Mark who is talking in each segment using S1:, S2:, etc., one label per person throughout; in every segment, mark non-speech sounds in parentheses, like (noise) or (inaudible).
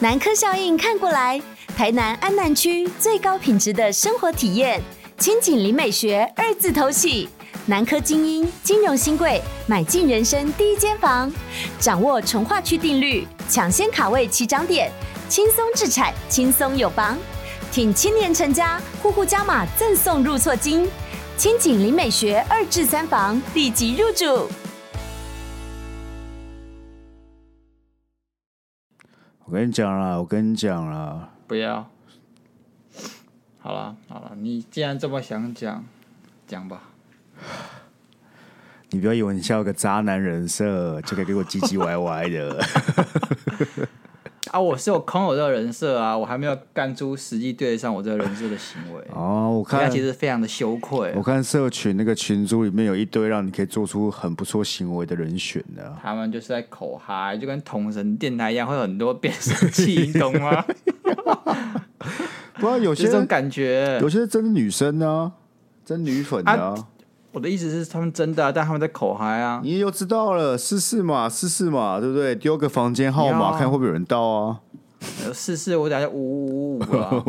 S1: 南科效应看过来，台南安南区最高品质的生活体验，亲景林美学二字头起。南科精英金融新贵买进人生第一间房，掌握从化区定律，抢先卡位起涨点，轻松置产，轻松有房。挺青年成家，户户加码赠送入错金。亲景林美学二至三房立即入住。
S2: 我跟你讲啦，我跟你讲啦，
S3: 不要。 (sniffs) 好了好了，你既然这么想讲，讲吧。
S2: 你不要以为你像个渣男人设，就可以给我唧唧歪歪
S3: (laughs)
S2: 的。
S3: 啊，我是有空有这个人设啊，我还没有干出实际对得上我这个人设的行为。
S2: 哦，我
S3: 现在
S2: 看，
S3: 其实非常的羞愧
S2: 我，看社群那个群组里面有一堆让你可以做出很不错行为的人选的、
S3: (laughs) 他们就是在口嗨，就跟同神电台一样，会有很多变声器，你懂
S2: (laughs)
S3: 吗？
S2: 不然有
S3: 就
S2: 些
S3: 这种感觉
S2: 有。些是真的女生呢、真女粉啊，
S3: (laughs) 我的意思是，他们真的啊、但他们在口嗨啊。
S2: 你也就知道了，试试嘛，试试嘛，对不对？丢个房间号
S3: 要
S2: 码
S3: 啊
S2: 看会不会有人到
S3: (laughs)
S2: 啊。。
S3: 呃试试，我等下就呜呜呜呜啊了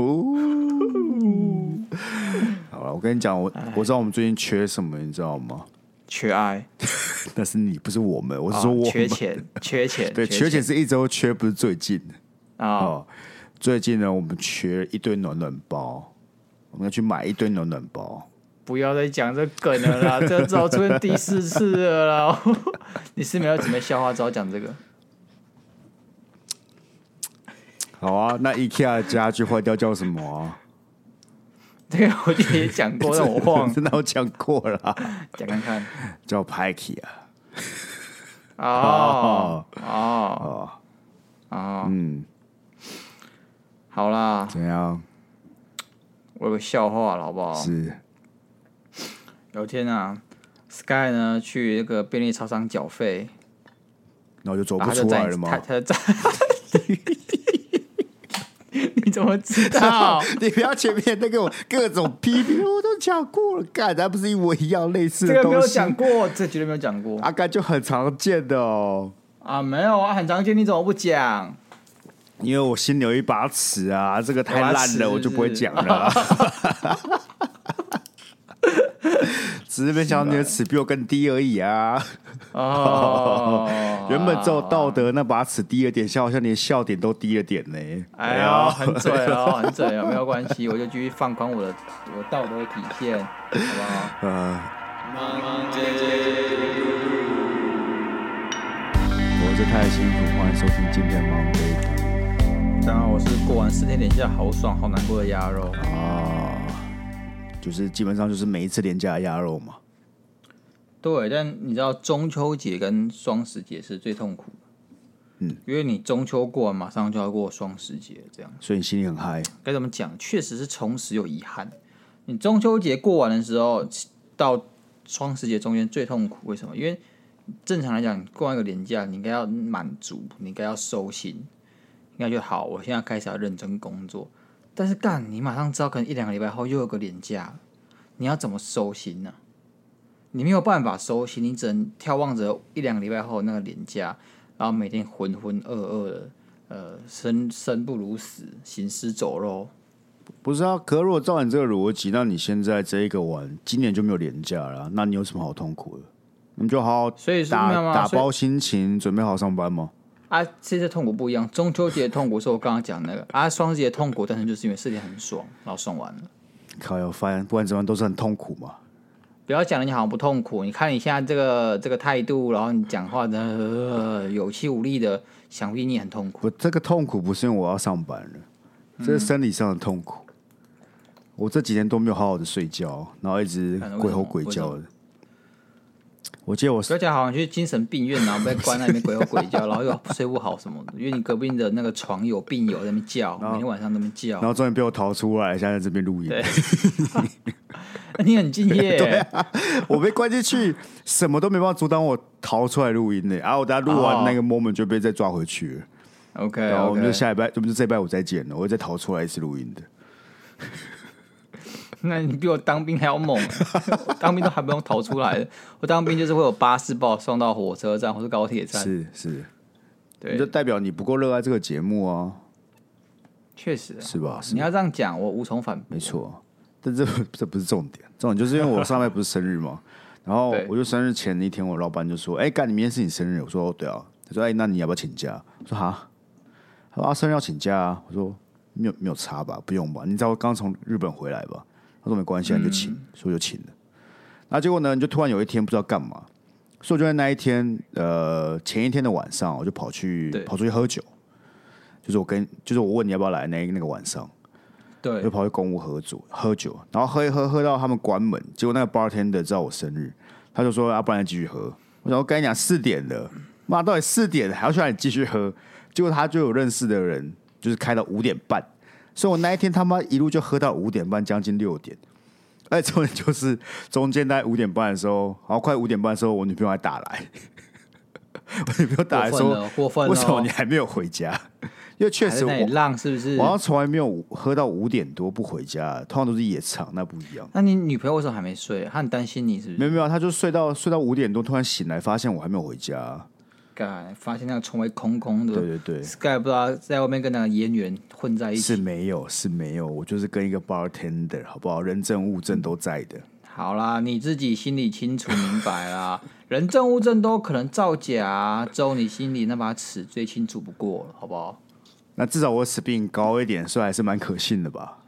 S2: 好了，我跟你讲，我
S3: 哎
S2: 我知道我们最近缺什么，你知道吗？
S3: 缺爱，
S2: 但是你不是我们，我是
S3: 啊
S2: 说我们、
S3: 缺钱，缺
S2: (laughs)
S3: 钱，
S2: 对，缺钱是一周缺，不是最近
S3: 啊！
S2: 哦。最近呢，我们缺一堆暖暖包，我们要去买一堆暖暖包。
S3: 不要再讲这梗了
S2: (laughs)
S3: 啦，这早出现第四次了啦。 (laughs) 你是没有准备笑话，只好讲这个。 (laughs)
S2: 好啊，那 IKEA 的家具坏掉叫什么啊？
S3: 这个我之前也讲过，但我忘
S2: (laughs)
S3: 了，
S2: 真的我讲过了啊，
S3: 讲看看。
S2: 叫 Pike 啊。
S3: 哦
S2: 哦，
S3: 哦
S2: 哦，
S3: 哦，
S2: 嗯，
S3: 好啦，
S2: 怎样？
S3: 我有个笑话了，好不好？
S2: 是
S3: 有一天啊，Sky 呢去那个便利超商缴费，
S2: 然后就走
S3: 然
S2: 不
S3: 后他就
S2: 出来
S3: 站
S2: 了，吗？ (laughs)
S3: 他他就站， (laughs) 你怎么知道？
S2: 你不要前面那个各种批评，我都讲过了，干，咱不是一模一样类似
S3: 这
S2: 的
S3: 个没
S2: 东
S3: 有
S2: 西。
S3: 讲过，这绝对没有讲过
S2: 阿甘就很常见的哦，
S3: 啊！没有啊，很常见，你怎么不
S2: (laughs)
S3: 讲？
S2: 因为我心里有一把尺啊，这个太烂了，
S3: 有把尺
S2: 我就不会讲了啊、 (laughs) 只是没想到你的尺比我更低而已啊！，
S3: 哦
S2: 原本只有道德那把尺低了点，现在好像连笑点都低了点呢、
S3: 哎呦，很准
S2: (laughs)
S3: 哦，很准哦，没有关系，我就继续放宽我的我的道德底线，好不好？
S2: 呃，我是太辛苦，欢迎收听今天的 Monday
S3: 当然，我是过完四天连假好爽、好难过的鸭肉，
S2: 啊，就是基本上就是每一次廉价的鸭肉嘛。
S3: 对，但你知道中秋节跟双十节是最痛苦的，
S2: 嗯，
S3: 因为你中秋过完，马上就要过双十节，这样
S2: 所以你心里很嗨，
S3: 该怎么讲？确实是重拾有遗憾。你中秋节过完的时候，到双十节中间最痛苦，为什么？因为正常来讲，你过完一个年假，你应该要满足，你应该要收心，应该就好。我现在开始要认真工作，但是干，你马上知道，可能一两个礼拜后又有个年假了，你要怎么收心呢、你没有办法收心，你只能眺望着一两个礼拜后那个年假，然后每天浑浑噩噩的，呃，生生不如死，行尸走肉。
S2: 不是啊？可是如果照你这个逻辑，那你现在这一个玩，今年就没有廉价了啊，那你有什么好痛苦的？你们就好好
S3: 所以是
S2: 打
S3: 没有吗
S2: 打
S3: 所以
S2: 包心情，准备好上班吗？
S3: 啊，这些痛苦不一样。中秋节的痛苦是我刚刚讲的那个，啊，双十节的痛苦，但是就是因为四天很爽，然后爽完了。
S2: 靠要翻，不管怎么样都是很痛苦嘛。
S3: 不要讲了，你好像不痛苦。你看你现在这个这个态度，然后你讲话的、呃、有气无力的，想必你很痛苦。
S2: 我这个痛苦不是因为我要上班了，这是生理上的痛苦。我这几天都没有好好的睡觉，然后一直
S3: 看为
S2: 鬼
S3: 什么
S2: 吼鬼叫的。我记得我
S3: 不要讲好像去精神病院，然后被关在里面鬼吼鬼叫，然后又睡不好什么的，因为你隔壁的那个床有病友在那边叫，
S2: 哦
S3: 每天晚上在那边叫
S2: 然，
S3: (laughs)
S2: 后终于被我逃出来，现在在这边录音。
S3: 你很敬
S2: (laughs)
S3: 业、
S2: 啊我被关进去，什么都没办法阻挡我逃出来录音的、啊，我等下录完
S3: 哦
S2: 那个 moment 就被再抓回去了。
S3: OK，
S2: 然啊后我们就
S3: OK，
S2: 下礼拜，我们就这礼拜我再见了，我会再逃出来一次录音的。
S3: (laughs) 那你比我当兵还要猛、我当兵都还不用逃出来，我当兵就是会有巴士把我送到火车站或是高铁站。
S2: 是是，
S3: 对
S2: 就代表你不够热爱这个节目啊。
S3: 确实啊
S2: 是吧是吧
S3: 你要这样讲，我无从反驳。
S2: 没错，但这这不是 (laughs) 重点，重点就是因为我上拜不是生日嘛，然后
S3: 对
S2: 我就生日前一天，我老板就说：“哎、干，你明天是你生日。”我说：“哦，对啊。”他说：“哎、那你要不要请假？”我说：“哈。”他说：“啊，生日要请假啊。”我说：“没有没有差吧，不用吧？你知道我刚从日本回来吧？”他说：“没关系，啊，你就请。
S3: 嗯
S2: 所以我就请了。那结果呢，你就突然有一天不知道干嘛，所以我就在那一天，呃，前一天的晚上，我就跑去
S3: 对
S2: 跑出去喝酒，就是我跟就是我问你要不要来那那个晚上。
S3: 对
S2: 就，跑去公屋喝酒，喝酒，然后喝一喝，喝到他们关门，结果那个 bartender 知道我生日，他就说要、啊、不然继续喝。我想我跟你讲四点了，妈到底四点了还要去哪里继续喝？结果他就有认识的人，就是开到五点半，所以我那一天他妈一路就喝到五点半，将近六点。哎，重点就是中间大概五点半的时候，然后快五点半的时候，我女朋友还打来， (laughs) 我女朋友打来
S3: 过分
S2: 说
S3: 了，过分了，哦
S2: 为什么你还没有回家？ (laughs) 因为确
S3: 还
S2: 实
S3: 在
S2: 我
S3: 那里浪是不是
S2: 我？好像从来没有喝到五点多不回家，通常都是夜场，那不一样。
S3: 那你女朋友为什么还没睡？啊她很担心你是不
S2: 没
S3: 是？
S2: 有没有，他就睡到睡到五点多，突然醒来，发现我还没有回家。
S3: 干，发现那个床位空空的。
S2: 对对对，
S3: Sky 不知道在外面跟那个演员混在一
S2: 是
S3: 起。
S2: 没有是没有，我就是跟一个 bartender 好不好？人证物证都在的，
S3: 好啦，你自己心里清楚明白啦，人证物证都有可能造假、啊，只有你心里那把尺最清楚不过了，好不好？
S2: 那至少我 spin 高一点，所以还是蛮可信的吧？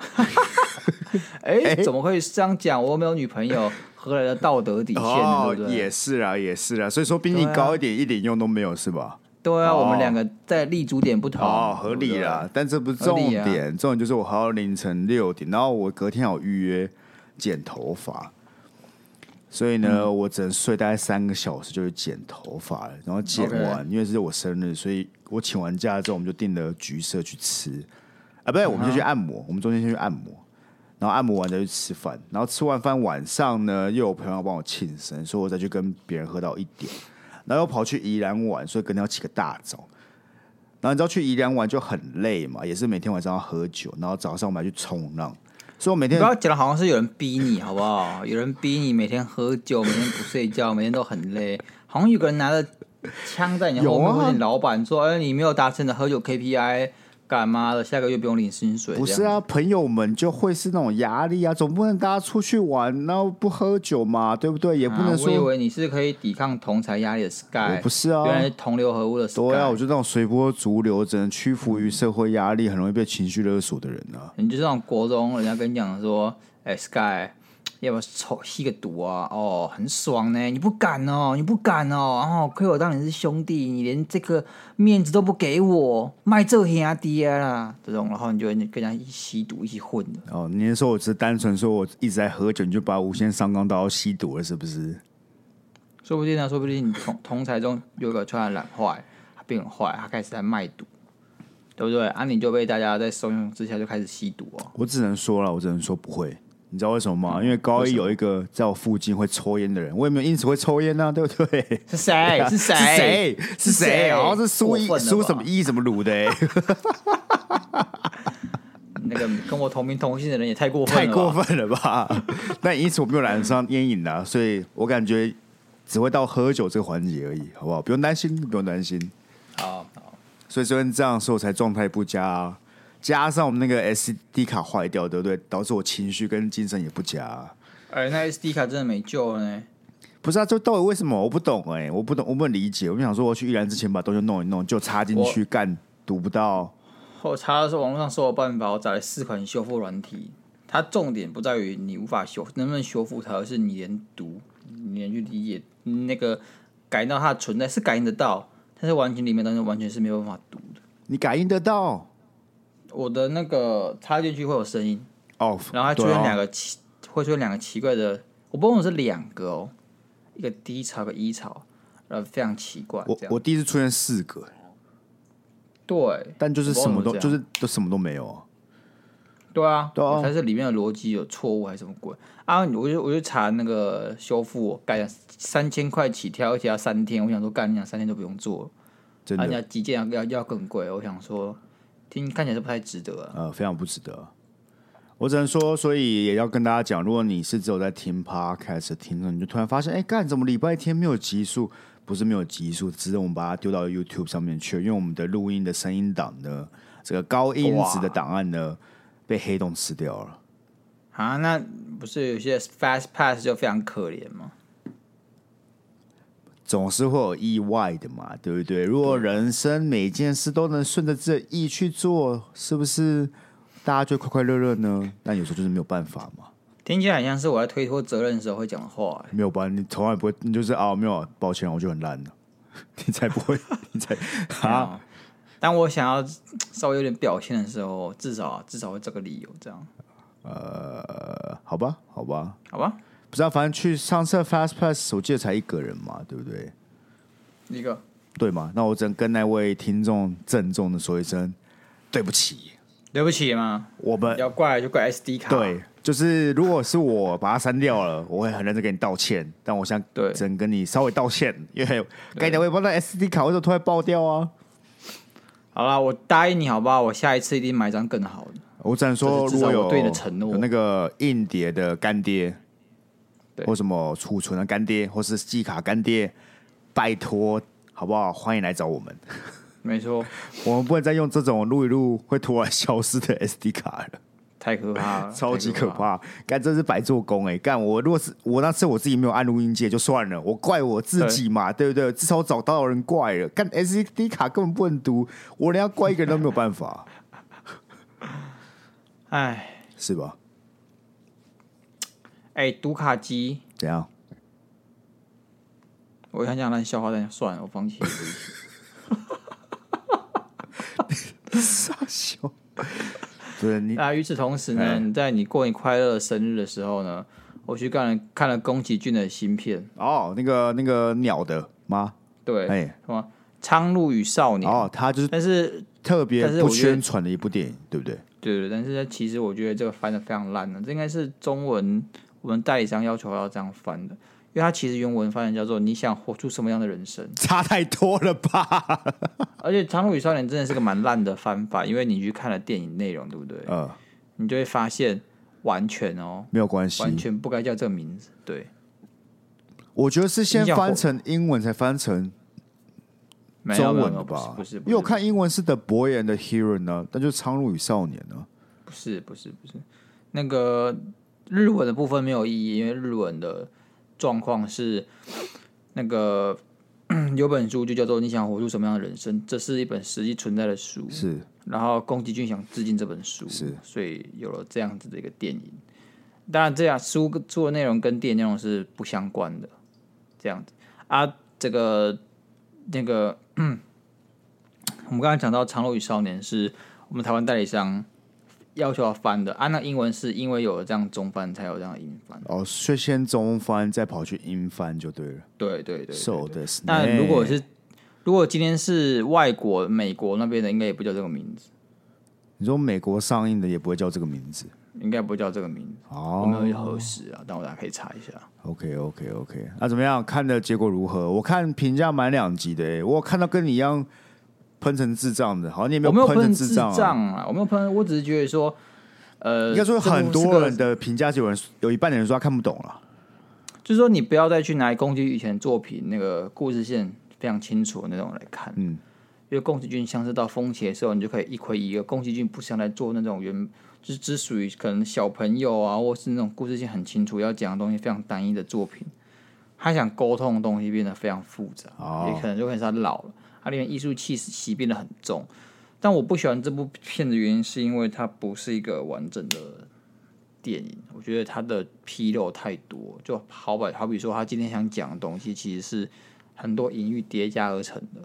S3: 哎、怎么会这样讲？我又没有女朋友，何来的道
S2: (laughs)
S3: 德底线呢？对不对？
S2: 也是啊，也是啊，所以说比你
S3: 对啊
S2: 高一点、一点用都没有是吧？
S3: 对啊，
S2: 哦
S3: 我们两个在立足点不同，
S2: 哦，合理啦
S3: 了。，
S2: 但这不是
S3: 合
S2: 重
S3: 理啊
S2: 点，重点就是我还要凌晨六点，然后我隔天还有预约剪头发，所以呢，
S3: 嗯
S2: 我只能睡大概三个小时就去剪头发了，然后剪
S3: OK
S2: 完因为是我生日，所以我请完假之后，我们就订了橘色去吃，啊，不对，
S3: 嗯
S2: 我们就去按摩，我们中间先去按摩。然后按摩完再去吃饭，然后吃完饭晚上呢，又有朋友要帮我庆生，所以我再去跟别人喝到一点，然后又跑去宜兰玩，所以隔天要起个大早，然后你知道去宜兰玩就很累嘛，也是每天晚上要喝酒，然后早上我们还去冲浪，所以我每
S3: 你
S2: 天
S3: 不要讲的好像是有人逼你，好不好？有人逼你每天喝酒，每天不睡觉，每天都很累，好像有个人拿着枪在你后
S2: 有
S3: 面
S2: 啊
S3: 问你老板说：“哎、你没有达成你的喝酒 KPI，干嘛的？下个月不用领薪水。”
S2: 不是啊，朋友们就会是那种压力啊，总不能大家出去玩然后不喝酒嘛，对不对？也
S3: 这
S2: 不
S3: 样，
S2: 能
S3: 啊、我以
S2: 说、
S3: 为你是可以抵抗同才压力的 Sky，
S2: 我不是啊
S3: 原来是同流合污的 Sky。
S2: 对啊，我就那种随波逐流，只能屈服于社会压力，很容易被情绪勒索的人啊。
S3: 你就是那种国中人家跟你讲说，哎、s k y 要不要抽吸个毒啊？哦，很爽呢，你不敢哦，你不敢哦，然后亏我当你是兄弟，你连这个面子都不给我，卖这兄弟啊啦，这种，然后你就跟人家一起吸毒一起混的，
S2: 哦，你是说我只是单纯说我一直在喝酒，你就把无限上纲当到吸毒了，是不是？
S3: 说不定呢，说不定你同 (laughs) 同才中有一个突然染坏，他变很坏，他开始在卖毒，对不对？啊，你就被大家在怂恿之下就开始吸毒哦。
S2: 我只能说了，我只能说不会。你知道为什么吗？嗯因为高一有一个在我附近会抽烟的人，我也没有因此会抽烟呢、啊，对不对？
S3: 是谁？ (laughs) 是谁？
S2: 哎 (laughs) 是谁？是
S3: 是谁
S2: 谁？好像是苏一
S3: 过分了吧
S2: 苏什么一什么鲁的、 (laughs) 欸，
S3: 那个跟我同名同姓的人也太过分了，
S2: 太过。分了吧？ (laughs) 但因此我没有染上烟瘾啊，所以我感觉只会到喝酒这个环节而已，好不好？不用担心，不用担心。
S3: 好好，
S2: 所以昨天这样，所以我才状态不佳、啊，加上我们那个 SD 卡坏掉，对不对？导致我情绪跟精神也不佳、啊。
S3: 哎、那 SD 卡真的没救了呢。
S2: 不是啊，这到底为什么？我不懂哎、我不懂，我不能理解。我就想说，我去宜兰之前把东西弄一弄，就插进去干，读不到。
S3: 我查的是网络上所有办法，我找了四款修复软体，它重点不在于你无法修能不能修复它，而是你连读，你连去理解那个感应到它的存在是感应得到，但是完全里面的东西完全是没有办法读的。
S2: 你感应得到
S3: 我的那个插进去会有声音，
S2: 哦，
S3: 然后它出现两
S2: 个，
S3: 个奇，会出现两个奇怪的，我不懂是两个哦，一个低潮，一个一潮，然后非常奇怪。
S2: 我
S3: 这样
S2: 我第一次出现四个，
S3: 对，
S2: 但就是什么
S3: 我
S2: 都
S3: 不
S2: 就
S3: 知道为什么这样
S2: 是都什么都没有啊。
S3: 对啊，
S2: 对啊
S3: 它是里面的逻辑有错误还是什么鬼啊？我就我就查那个修复，干三千块起跳，而且要三天。我想说，干你讲三天都不用做了，
S2: 真
S3: 而且
S2: 的，
S3: 基建要要要更贵。我想说，听看起来是不太值得、啊。
S2: 呃，非常不值得。我只能说，所以也要跟大家讲，如果你是只有在听 podcast 的听众，你就突然发现，哎、干怎么礼拜天没有集数？不是没有集数，只是我们把它丢到 YouTube 上面去了，因为我们的录音的声音档呢，这个高音质的档案呢被黑洞吃掉了。
S3: 啊，那不是有些 Fast Pass 就非常可怜吗？
S2: 总是会有意外的嘛，对不对？如果人生每件事都能顺着这意去做，是不是大家就快快乐乐呢？但有时候就是没有办法嘛，
S3: 听起来很像是我在推脱责任的时候会讲的话、欸
S2: 没有办法，你从来不会，你就是哦，没有，抱歉，我就很烂了， (laughs) 你才不会， (laughs) 你
S3: (laughs)
S2: 才啊，
S3: 欸当我想要稍微有点表现的时候，至少至少会这个理由，这样
S2: 呃，好吧，好吧，
S3: 好吧？
S2: 不知道，反正去上次 Fast Pass 我记得才一个人嘛，对不对？
S3: 一个
S2: 对嘛？那我只能跟那位听众郑重的说一声对不起，
S3: 对不起嘛，
S2: 我们
S3: 要怪就怪 SD 卡，
S2: 对，就是如果是我把它删掉了，我会很认真跟你道歉，但我想
S3: 对
S2: 只能跟你稍微道歉，因为该讲我也不知道那 SD 卡为什么突然爆掉啊。
S3: 好啦，我答应你好不好？我下一次一定买一张更好的。
S2: 我只能说，
S3: 这
S2: 如
S3: 是至少
S2: 果有
S3: 我对你的承诺
S2: 有那个硬碟的干爹，
S3: 对
S2: 或什么储存的干爹，或是记忆卡干爹，拜托好不好？欢迎来找我
S3: (laughs)
S2: 们，
S3: 没错，
S2: 我们不能再用这种录一录会突然消失的 (laughs) SD 卡了。
S3: 太可怕了，
S2: (laughs) 超级
S3: 太
S2: 可。怕！干，这是白做工哎、干，我如果是我那次我自己没有按录音键就算了，我怪我自己嘛，对不对？至少找到人怪了。干 SD 卡根本不能读，我连要怪一个人都没有办法，
S3: 哎
S2: 是吧？
S3: 哎，读卡机，
S2: 怎
S3: (laughs)
S2: 样？
S3: 我想讲烂笑话，但算了，我
S2: (laughs)
S3: 放弃。对不起
S2: 傻笑。 (laughs) 不是你，
S3: 那与此同时
S2: 哎
S3: 呢，你在你过你快乐的生日的时候呢，我去看了看了宫崎骏的新片，
S2: 哦，那个那个鸟的吗？
S3: 对，
S2: 哎
S3: 什么《苍鹭与少年》
S2: 哦，他就是
S3: 但是
S2: 特别
S3: 但是
S2: 不
S3: 我觉得
S2: 宣传的一部电影，对不
S3: (laughs)
S2: 对？
S3: 对对，但是呢其实我觉得这个翻的非常烂的，啊这应该是中文我们代理商要求要这样翻的，因为它其实原文翻译叫做“你想活出什么样的人生
S2: 差太多了吧？”，
S3: 而且《苍鹭与少年》真的是个蛮烂的翻法，因为你去看了电影内容，对不对？
S2: 呃，
S3: 你就会发现完全哦，
S2: 没有关系，
S3: 完全不该叫这个名字，对，
S2: 我觉得是先
S3: 你想火
S2: 翻成英文才翻成
S3: 没有
S2: 中
S3: 没有
S2: 文的
S3: 没有不是
S2: 吧？
S3: 不是，不
S2: 因为我
S3: 是
S2: 看英文是 The Boy and the Hero 呢，那就是《苍鹭与少年》呢。
S3: 不是不是不是，那个日文的部分没有意义，因为日文的状况是那个 (clears throat) 有本书就叫做《你想活出什么样的人生》，这是一本实际存在的书，
S2: 是
S3: 然后宫崎骏想致敬这本书，
S2: 是，
S3: 所以有了这样子的一个电影。当然，这样书跟书的内容跟电影内容是不相关的，这样子啊，这个那个， (clears throat) 我们刚才讲到《长路与少年》是我们台湾代理商要求要翻的啊，那英文是因为有了这样中翻才有这样的英翻，
S2: 哦，所以先中翻，再跑去英翻就对了。
S3: 对对对对
S2: So this，
S3: 那如果是如果今天是外国美国那边的，应该也不叫这个名字，
S2: 你说美国上映的也不会叫这个名字
S3: 应该不叫这个名字。我没有去
S2: 哦。
S3: 核实啊，但我大家可以查一下。
S2: OK OK OK，那怎么样？看的结果如何？我看评价蛮两极的、欸，我有看到跟你一样喷成智障的，好像你也
S3: 我
S2: 有
S3: 没有
S2: 喷成
S3: 喷
S2: 智
S3: 智
S2: 障、啊。
S3: 障啊，我没有喷，我只是觉得说，呃，
S2: 应该说
S3: 这部
S2: 很
S3: 是
S2: 多
S3: 个
S2: 人，的评价是有人有一半的人说他看不懂啊了。
S3: 就是说你不要再去拿宫崎骏以前的作品那个故事线非常清楚的那种来看，
S2: 嗯，
S3: 因为宫崎骏像是到风起的时候，你就可以一窥一二。宫崎骏不像在做那种原，就是只属于可能小朋友啊，或是那种故事性很清楚要讲的东西非常单一的作品，他想沟通的东西变得非常复杂，
S2: 哦
S3: 也可能就可能是他老了，他里面艺术气息变得很重。但我不喜欢这部片的原因，是因为它不是一个完整的电影，我觉得它的纰漏太多，就好比好比说，他今天想讲的东西其实是很多隐喻叠加而成的。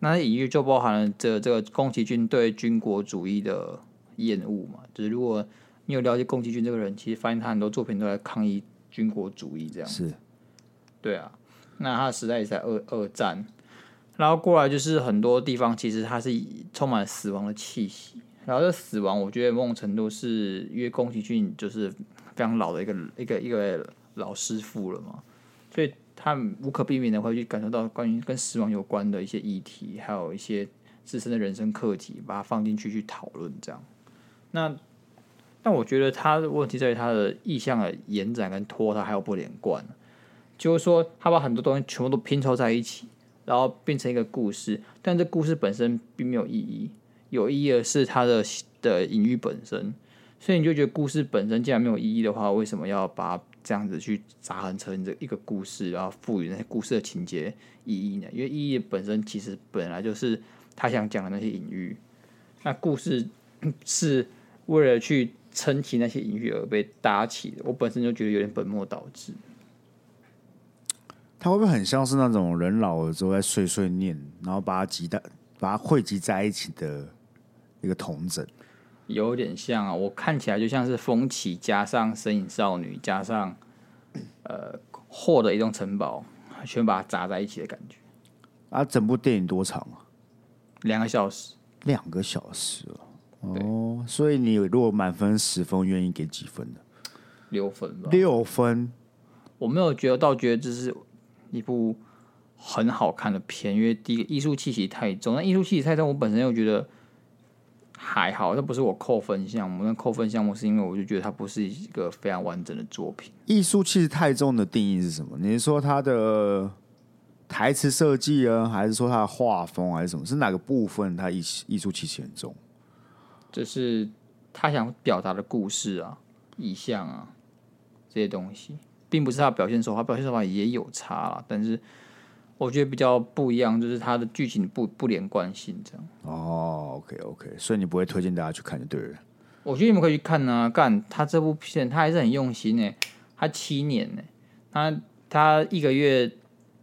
S3: 那隐喻就包含了这这个宫崎骏对军国主义的厌恶嘛，就是如果你有了解宫崎骏这个人，其实发现他很多作品都在抗议军国主义这样。
S2: 是
S3: 对啊，那他的时代也是在二二战，然后过来就是很多地方其实它是充满了死亡的气息。然后这死亡，我觉得某种程度是因为宫崎骏就是非常老的一个一个一个老师傅了嘛，所以他无可避免的会去感受到关于跟死亡有关的一些议题，还有一些自身的人生课题，把它放进去去讨论这样。那但我觉得他的问题在于他的意向的延展跟拖沓还有不连贯。啊就是说他把很多东西全部都拼凑在一起，然后变成一个故事，但这故事本身并没有意义，有意义的是它的的隐喻本身。所以你就觉得故事本身既然没有意义的话，为什么要把它这样子去砸痕成这一个故事，然后赋予那些故事的情节意义呢？因为意义本身其实本来就是他想讲的那些隐喻，那故事是为了去撑起那些隐喻而被搭起的。我本身就觉得有点本末倒置。
S2: 它会不会很像是那种人老了之后在碎碎念，然后把它集在把它汇集在一起的一个统整？
S3: 有点像啊，我看起来就像是风起加上身影少女加上呃获得移动城堡，全把它砸在一起的感觉。
S2: 啊，整部电影多长啊？
S3: 两个小时，
S2: 两个小时哦。哦，所以你如果满分十分，愿意给几分呢？
S3: 六分吧。
S2: 六分，
S3: 我没有觉得，倒觉得这是一部很好看的片，因为第一个艺术气息太重，那艺术气息太重，我本身又觉得还好，那不是我扣分项目，那扣分项目是因为我就觉得它不是一个非常完整的作品。
S2: 艺术气质太重的定义是什么？你是说它的台词设计啊，还是说它的画风，啊还是什么？是哪个部分它艺艺术气息很重？
S3: 这是他想表达的故事啊、意象啊这些东西，并不是他表现手法，表现手法也有差啦，但是我觉得比较不一样，就是他的剧情不不连贯性这样。
S2: 哦，OK OK，所以你不会推荐大家去看就对了。
S3: 我觉得你们可以去看啊，干他这部片，他还是很用心呢、欸他七年呢、他他一个月，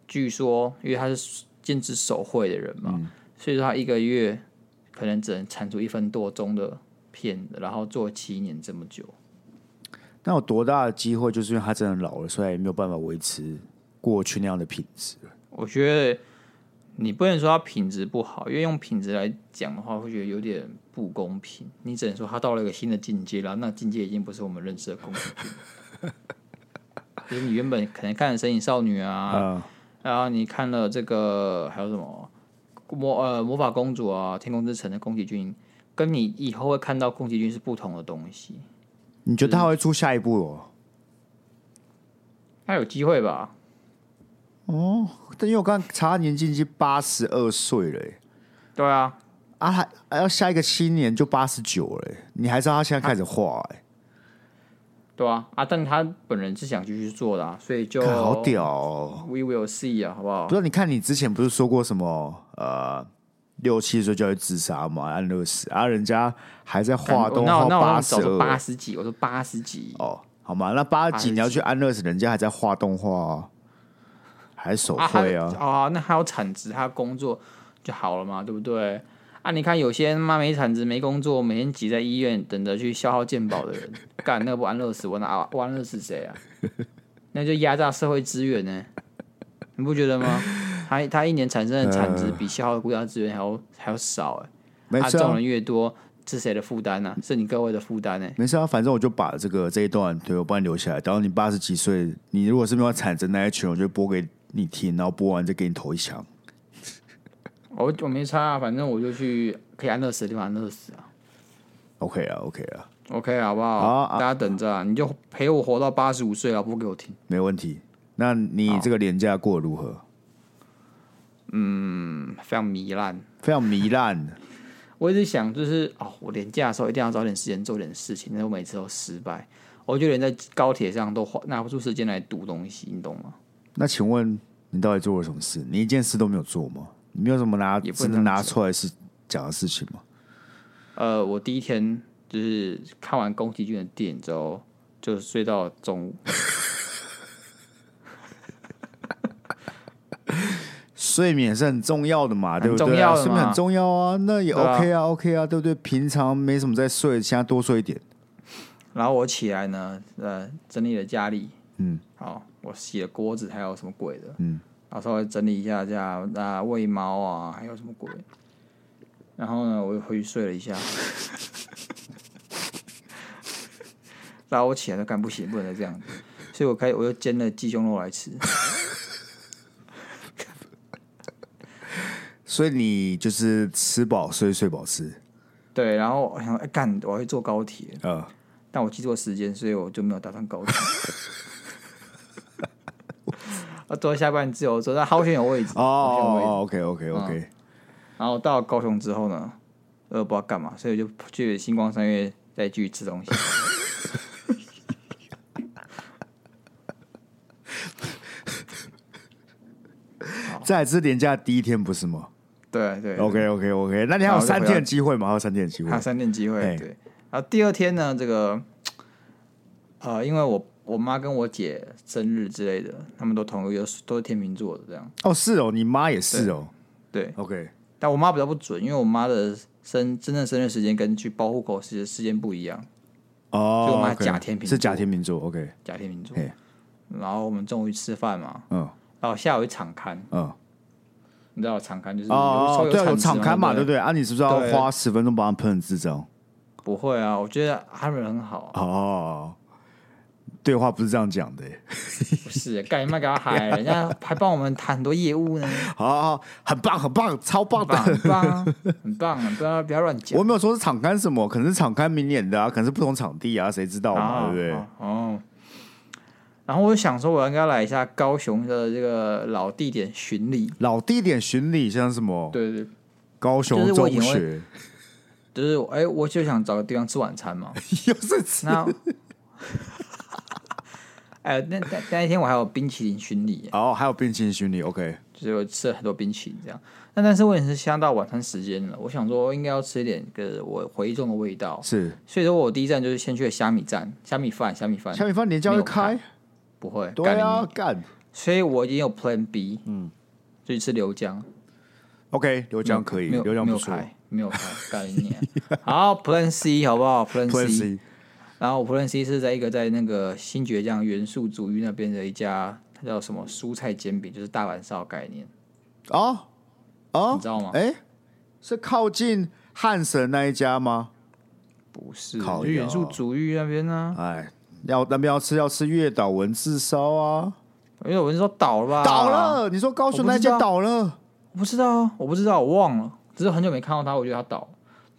S3: 据说因为他是兼职手绘的人嘛，所以说他一个月可能只能产出一分多钟的片子，然后做七年这么久。
S2: 那有多大的机会，就是因为他真的老了，所以没有办法维持过去那样的品质了。
S3: 我觉得你不能说它品质不好，因为用品质来讲的话，会觉得有点不公平。你只能说它到了一个新的境界了，那境界已经不是我们认识的公平。就是你原本可能看了《神隐少女》啊，
S2: 啊、
S3: 然后你看了这个还有什么魔呃魔法公主啊，《天空之城》的宫崎骏，跟你以后会看到宫崎骏是不同的东西。
S2: 你觉得他会出下一部哦？
S3: 他有机会吧？
S2: 嗯但因为我刚刚查他年纪已经八十二岁了、欸，
S3: 对啊，
S2: 啊，还还要下一个七年就八十九了、欸，你还知道他现在开始画、欸，
S3: 对啊啊！但他本人是想继续做的啊，所以就
S2: 看好屌、哦。
S3: We will see 啊，好不好
S2: 不知？道你看，你之前不是说过什么呃，六七岁就会自杀嘛，安乐死啊，人家还在画动
S3: 那
S2: 画
S3: 嗯我哦那
S2: 八
S3: 我
S2: 十
S3: 早说八
S2: 二
S3: 十几，我说八十几，
S2: 哦，好嘛，那八十
S3: 80
S2: 几你要去安乐死，人家还在画动画、啊，还手
S3: 他
S2: 绘啊，
S3: 啊，那还有产值，他工作就好了嘛，对不对？啊，你看有些人妈没产值没工作，每天挤在医院等着去消耗健保的人，干那个不安乐死，我哪我安乐死谁啊？那就压榨社会资源呢、你不觉得吗？他他一年产生的产值比消耗的国家资源还要还要少哎、
S2: 嗯没
S3: 啊，
S2: 事
S3: 这种
S2: 啊、
S3: 人越多，是谁的负担呢？是你各位的负担呢？
S2: 没事啊，反正我就把这个这一段对我帮你留下来，等到你八十几岁，你如果是没有产生那一群，我就播给你听，然后播完再给你投一枪。
S3: 我我没差、啊，反正我就去可以安乐死的地方安乐死啊。
S2: OK 啊，OK 啊，
S3: OK，好不好？
S2: 好啊
S3: 大家等着啊，你就陪我活到八十五岁，老播给我听。
S2: 没问题。那你这个廉价过得如何？
S3: 嗯非常糜烂。
S2: 非常糜烂。
S3: 我一直想，就是哦，我年假的时候一定要找点时间做点事情，但是我每次都失败。我就连在高铁上都花拿不出时间来读东西，你懂吗？
S2: 那请问你到底做了什么事？你一件事都没有做吗？你没有什么拿
S3: 也不能
S2: 值得拿出来是讲的事情吗？
S3: 呃，我第一天就是看完宫崎骏的电影之后，就睡到中午。
S2: 睡眠是很重要的嘛，对不对啊？
S3: 重要的嘛
S2: 睡眠很重要啊，那也
S3: 对啊
S2: OK 啊 o k 啊，对不对？平常没什么在睡，现在多睡一点。
S3: 然后我起来呢，呃，整理了家里，嗯，好，我洗了锅子，还有什么鬼的，嗯，然后稍微整理一下这样，啊，喂猫啊，还有什么鬼，然后呢，我又回去睡了一下， (laughs) 然后我起来就干不行，不能再这样子，所以我开我又煎了鸡胸肉来吃，
S2: 所以你就是吃饱睡，睡饱吃。
S3: 对，然后我想说哎干，我会坐高铁，
S2: 呃，
S3: 但我记错时间，所以我就没有搭
S2: (laughs)
S3: 上高铁。我坐下班自由座，但好险有位置，
S2: 哦
S3: 好险有位置
S2: 哦，OK OK OK，
S3: 然后到高雄之后呢，呃不知道干嘛，所以我就去星光三月再继续
S2: (laughs)
S3: 吃东西。
S2: 再来是连假第一天，不是吗
S3: 对嗯对对
S2: ？OK OK OK，那你还有
S3: 好
S2: 三
S3: 再回
S2: 天的
S3: 到
S2: 机会嘛？还有三天的机会
S3: 还有。三天机会
S2: 哎，
S3: 对。然后第二天呢，这个呃，因为我我妈跟我姐生日之类的，他们都同一个都是天秤座的这样，
S2: 哦，是哦，你妈也是哦。
S3: 对。
S2: OK，
S3: 但我妈比较不准，因为我妈的生真正生日时间跟去包户口时时间不一样，
S2: 哦，
S3: 就我妈
S2: OK
S3: 假天秤
S2: 是
S3: 座
S2: 假天秤座。OK，
S3: 假天秤座
S2: 嘿。
S3: 然后我们中午去吃饭嘛，
S2: 嗯
S3: 然后下午去场刊，
S2: 嗯，
S3: 你知道场刊就是有
S2: 哦，对啊，有
S3: 场
S2: 场刊嘛，对
S3: 对
S2: 不？对？啊，你是不是要
S3: 对
S2: 花十分钟帮他喷智障？
S3: 不会啊，我觉得他们很好啊，
S2: 哦，对话不是这样讲的耶。
S3: 不是干你妈给他嗨，啊
S2: (laughs)
S3: 人家还帮我们谈很多业务呢。
S2: 好好，好哦很棒，很棒，超棒
S3: 很
S2: 的
S3: 棒，。很棒啊，很棒啊，不要不要乱讲。
S2: 我没有说是场刊什么，可能是场刊明年的啊，可能是不同场地啊，谁知道嘛，
S3: 啊
S2: 对不对？
S3: 哦。然后我就想说，我应该来一下高雄的这个老地点巡礼。
S2: 老地点巡礼像什么
S3: 对对，
S2: 高
S3: 就
S2: 雄
S3: 是我以
S2: 中
S3: 前会
S2: 学，
S3: 就是我哎，我就想找个地方吃晚餐嘛。
S2: (laughs) 又是吃
S3: 那，哎，那那那一天我还有冰淇淋巡礼耶，
S2: 哦，还有冰淇淋巡礼，OK，
S3: 就是我吃了很多冰淇淋这样。那但是问题是，现在到晚餐时间了，我想说应该要吃一点个我回忆中的味道。
S2: 是
S3: 所以说我第一站就是先去了虾米站，虾米饭，虾米饭
S2: 夏米饭年假
S3: 哎没
S2: 会
S3: 有开
S2: 开，
S3: 不会，
S2: 对
S3: 干你
S2: 啊，干
S3: 所以我已经有 Plan B，嗯，就去吃流江，
S2: ，OK，流江可以，
S3: 没有
S2: 流江不
S3: 没有
S2: 错
S3: 开，没有开，干你娘！好，Plan C 好不好？Plan
S2: ，Plan
S3: C，
S2: C，
S3: 然后 Plan C 是在一个在那个新爵江元素竹芋那边的一家，它叫什么蔬菜煎饼，就是大阪烧概念，
S2: 哦哦
S3: 你，知道吗？
S2: 哎，是靠近汉神那一家吗？
S3: 不是，
S2: 烤啊
S3: 就元素
S2: 鸭
S3: 竹芋那边呢、
S2: 哎，要那边要吃要吃月岛文字烧啊，
S3: 因为我是说倒了吧？
S2: 倒，了，你说高雄那
S3: 啊我
S2: 家
S3: 不知道
S2: 倒了，
S3: 我不知道啊，我不知道，我忘了，只是很久没看到它，我觉得它倒了。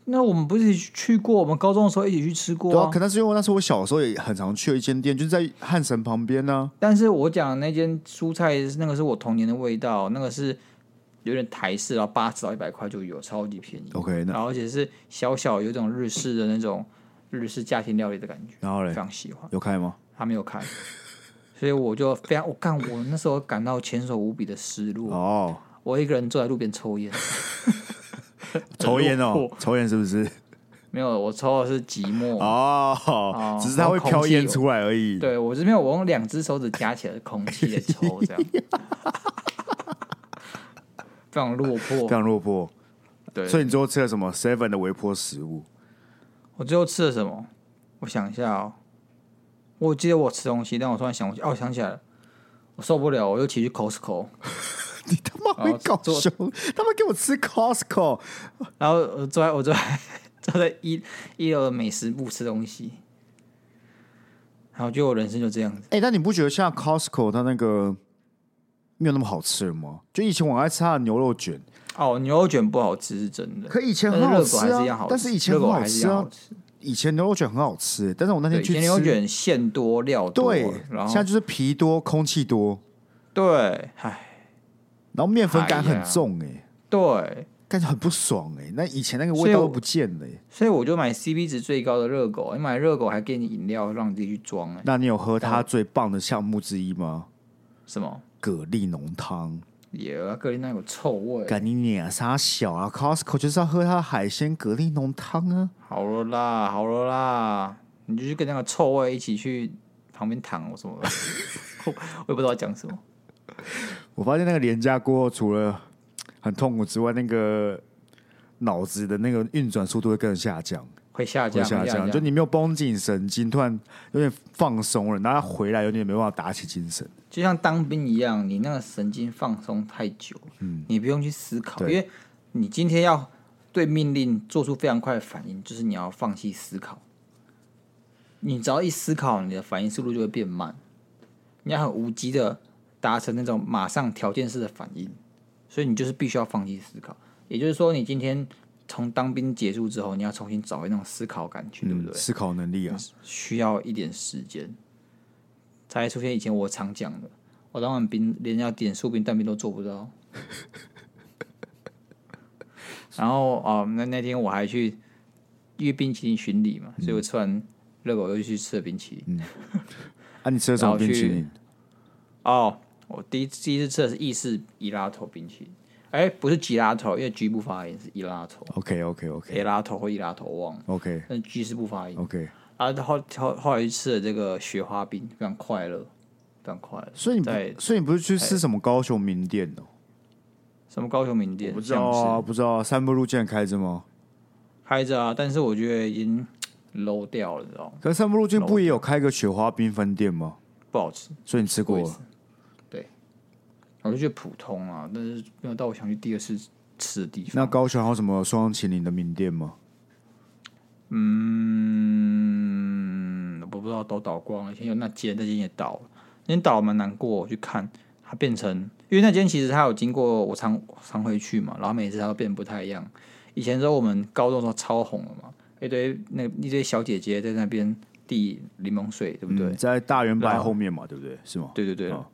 S3: 那我们不是一起去过？我们高中的时候一起去吃过、
S2: 对啊，可能是因为那时候我小时候也很常去的一间店，就是在汉神旁边啊呢，
S3: 但是我讲的那间蔬菜那个是我童年的味道，那个是有点台式，然后八十到一百块就有，超级便宜。
S2: OK，那
S3: 然后而且是小小有一种日式的那种日式家庭料理的感觉，
S2: 然后
S3: 非
S2: 嘞，
S3: 常喜欢。
S2: 有开吗？
S3: 他没有开，所以我就非常我干我那时候感到前所无比的失落。
S2: 哦，
S3: 我一个人坐在路边抽烟，
S2: 抽烟
S3: 落
S2: 哦
S3: 魄，
S2: 抽烟是不是？
S3: 没有我抽的是寂寞。
S2: 哦，只是它
S3: 然后
S2: 会
S3: 空
S2: 飘
S3: 气
S2: 烟
S3: 有
S2: 出来而已。
S3: 对我这边我用两只手指夹起来的空气在抽，这样
S2: (laughs)
S3: 非常落
S2: 非
S3: 魄。
S2: 常落魄。
S3: 对，
S2: 啊所以你最后吃了什么 Seven 的微波食物？
S3: 我最后吃了什么？我想一下哦，我记得我吃东西，但我突然想不起，哦，我想起来了，我受不了，我又骑去 Costco，
S2: 你他妈会
S3: 然后
S2: 搞
S3: 哦做
S2: 熊！他妈给我吃 Costco，
S3: 然后我坐在我坐在 (laughs) 坐在一一楼的美食部吃东西，然后就我人生就这样子。
S2: 哎、但你不觉得现在 Costco 它那个没有那么好吃了吗？就以前我爱吃它的牛肉卷，
S3: 哦，牛肉卷不好吃是真的，
S2: 可以前
S3: 但是
S2: 很好
S3: 呃热狗
S2: 吃
S3: 还是一
S2: 啊
S3: 样好，吃，
S2: 但是以前
S3: 热
S2: 很
S3: 狗
S2: 好
S3: 还是一
S2: 吃
S3: 样
S2: 啊
S3: 好，吃。
S2: 以前牛肉卷很好吃、欸但是我那天
S3: 对，以
S2: 去
S3: 前
S2: 吃，
S3: 牛肉卷馅多料多，啊
S2: 对，现
S3: 然后
S2: 在就是皮多，空气多，
S3: 对，唉，
S2: 然后面粉感
S3: 哎
S2: 很
S3: 呀
S2: 重、哎，
S3: 对，
S2: 但是很不爽、哎，那以前那个
S3: 所
S2: 味
S3: 以
S2: 道
S3: 我
S2: 都不见了、哎
S3: 所以我就买 CP 值最高的热狗，你买热狗还给你饮料，让你自己去装、欸，
S2: 那你有喝它最棒的项目之一吗？
S3: 什么？
S2: 蛤蜊浓汤，
S3: 也格林那有臭味。
S2: 干你娘啥小啊！Costco 就是要喝它的海鲜蛤蜊浓汤啊！
S3: 好了啦，好了啦，你就去跟那个臭味一起去旁边躺我什么的， (laughs) 我也不知道讲什么。
S2: 我发现那个廉价过后，除了很痛苦之外，那个脑子的那个运转速度会跟着下降，
S3: 会下降，
S2: 会下降。就你没有绷紧神经，突然有点放松了，然后回来有点没办法打起精神。
S3: 就像当兵一样，你那个神经放松太久，嗯，你不用去思考，因
S2: 对
S3: 为你今天要对命令做出非常快的反应，就是你要放弃思考。你只要一思考，你的反应速度就会变慢，你要很无机的达成那种马上条件式的反应，所以你就是必须要放弃思考。也就是说，你今天从当兵结束之后，你要重新找回那种思考感觉，对不
S2: 嗯，
S3: 对？
S2: 思考能力啊，
S3: 需要一点时间，才会出现以前我常讲的，我当完兵连要点数兵、蛋兵都做不到。 (laughs) 然后哦，那那天我还去，因为冰淇淋巡礼嘛，所以我吃完热狗又去吃了冰淇淋。
S2: 啊，你吃了什么冰淇淋？
S3: 哦，我第一第一次吃的是意式伊拉头冰淇淋，哎，不是吉拉头，因为 G 不发音是伊拉头，
S2: OK OK
S3: 伊
S2: OK
S3: 拉头或伊拉头我忘了，
S2: OK
S3: 但 G 是不发音。
S2: OK，
S3: 啊，后后后来去吃了这个雪花冰，非常快乐，非常快乐。
S2: 所以你
S3: 在
S2: 不所以你不是去吃什么高雄名店哦？
S3: 什么高雄名店，
S2: 不知道啊，
S3: 像是
S2: 不知道啊，三步路竟然开着吗？
S3: 开着啊，但是我觉得已经 low 掉了，你知道吗？
S2: 可是三步路竟不也有开个雪花缤纷店吗？
S3: 不好吃。
S2: 所以你吃过
S3: 不好
S2: 了
S3: 吃？我就觉得普通啊，但是没有到我想去第二次吃的地
S2: 那
S3: 方。
S2: 高雄还有什么双麒麟的名店吗？
S3: 嗯，我不知道都倒光了，以前有那间，那间也倒了，那间倒了蛮难过。我去看它变成，因为那间其实它有经过我常常回去嘛，然后每次它都变不太一样。以前的时候我们高中的时候超红了嘛，一堆那一堆小姐姐在那边递柠檬水，对不对？啊
S2: 嗯在大圆白
S3: 然后
S2: 后面嘛，对不对？是吗？
S3: 对对对，
S2: 哦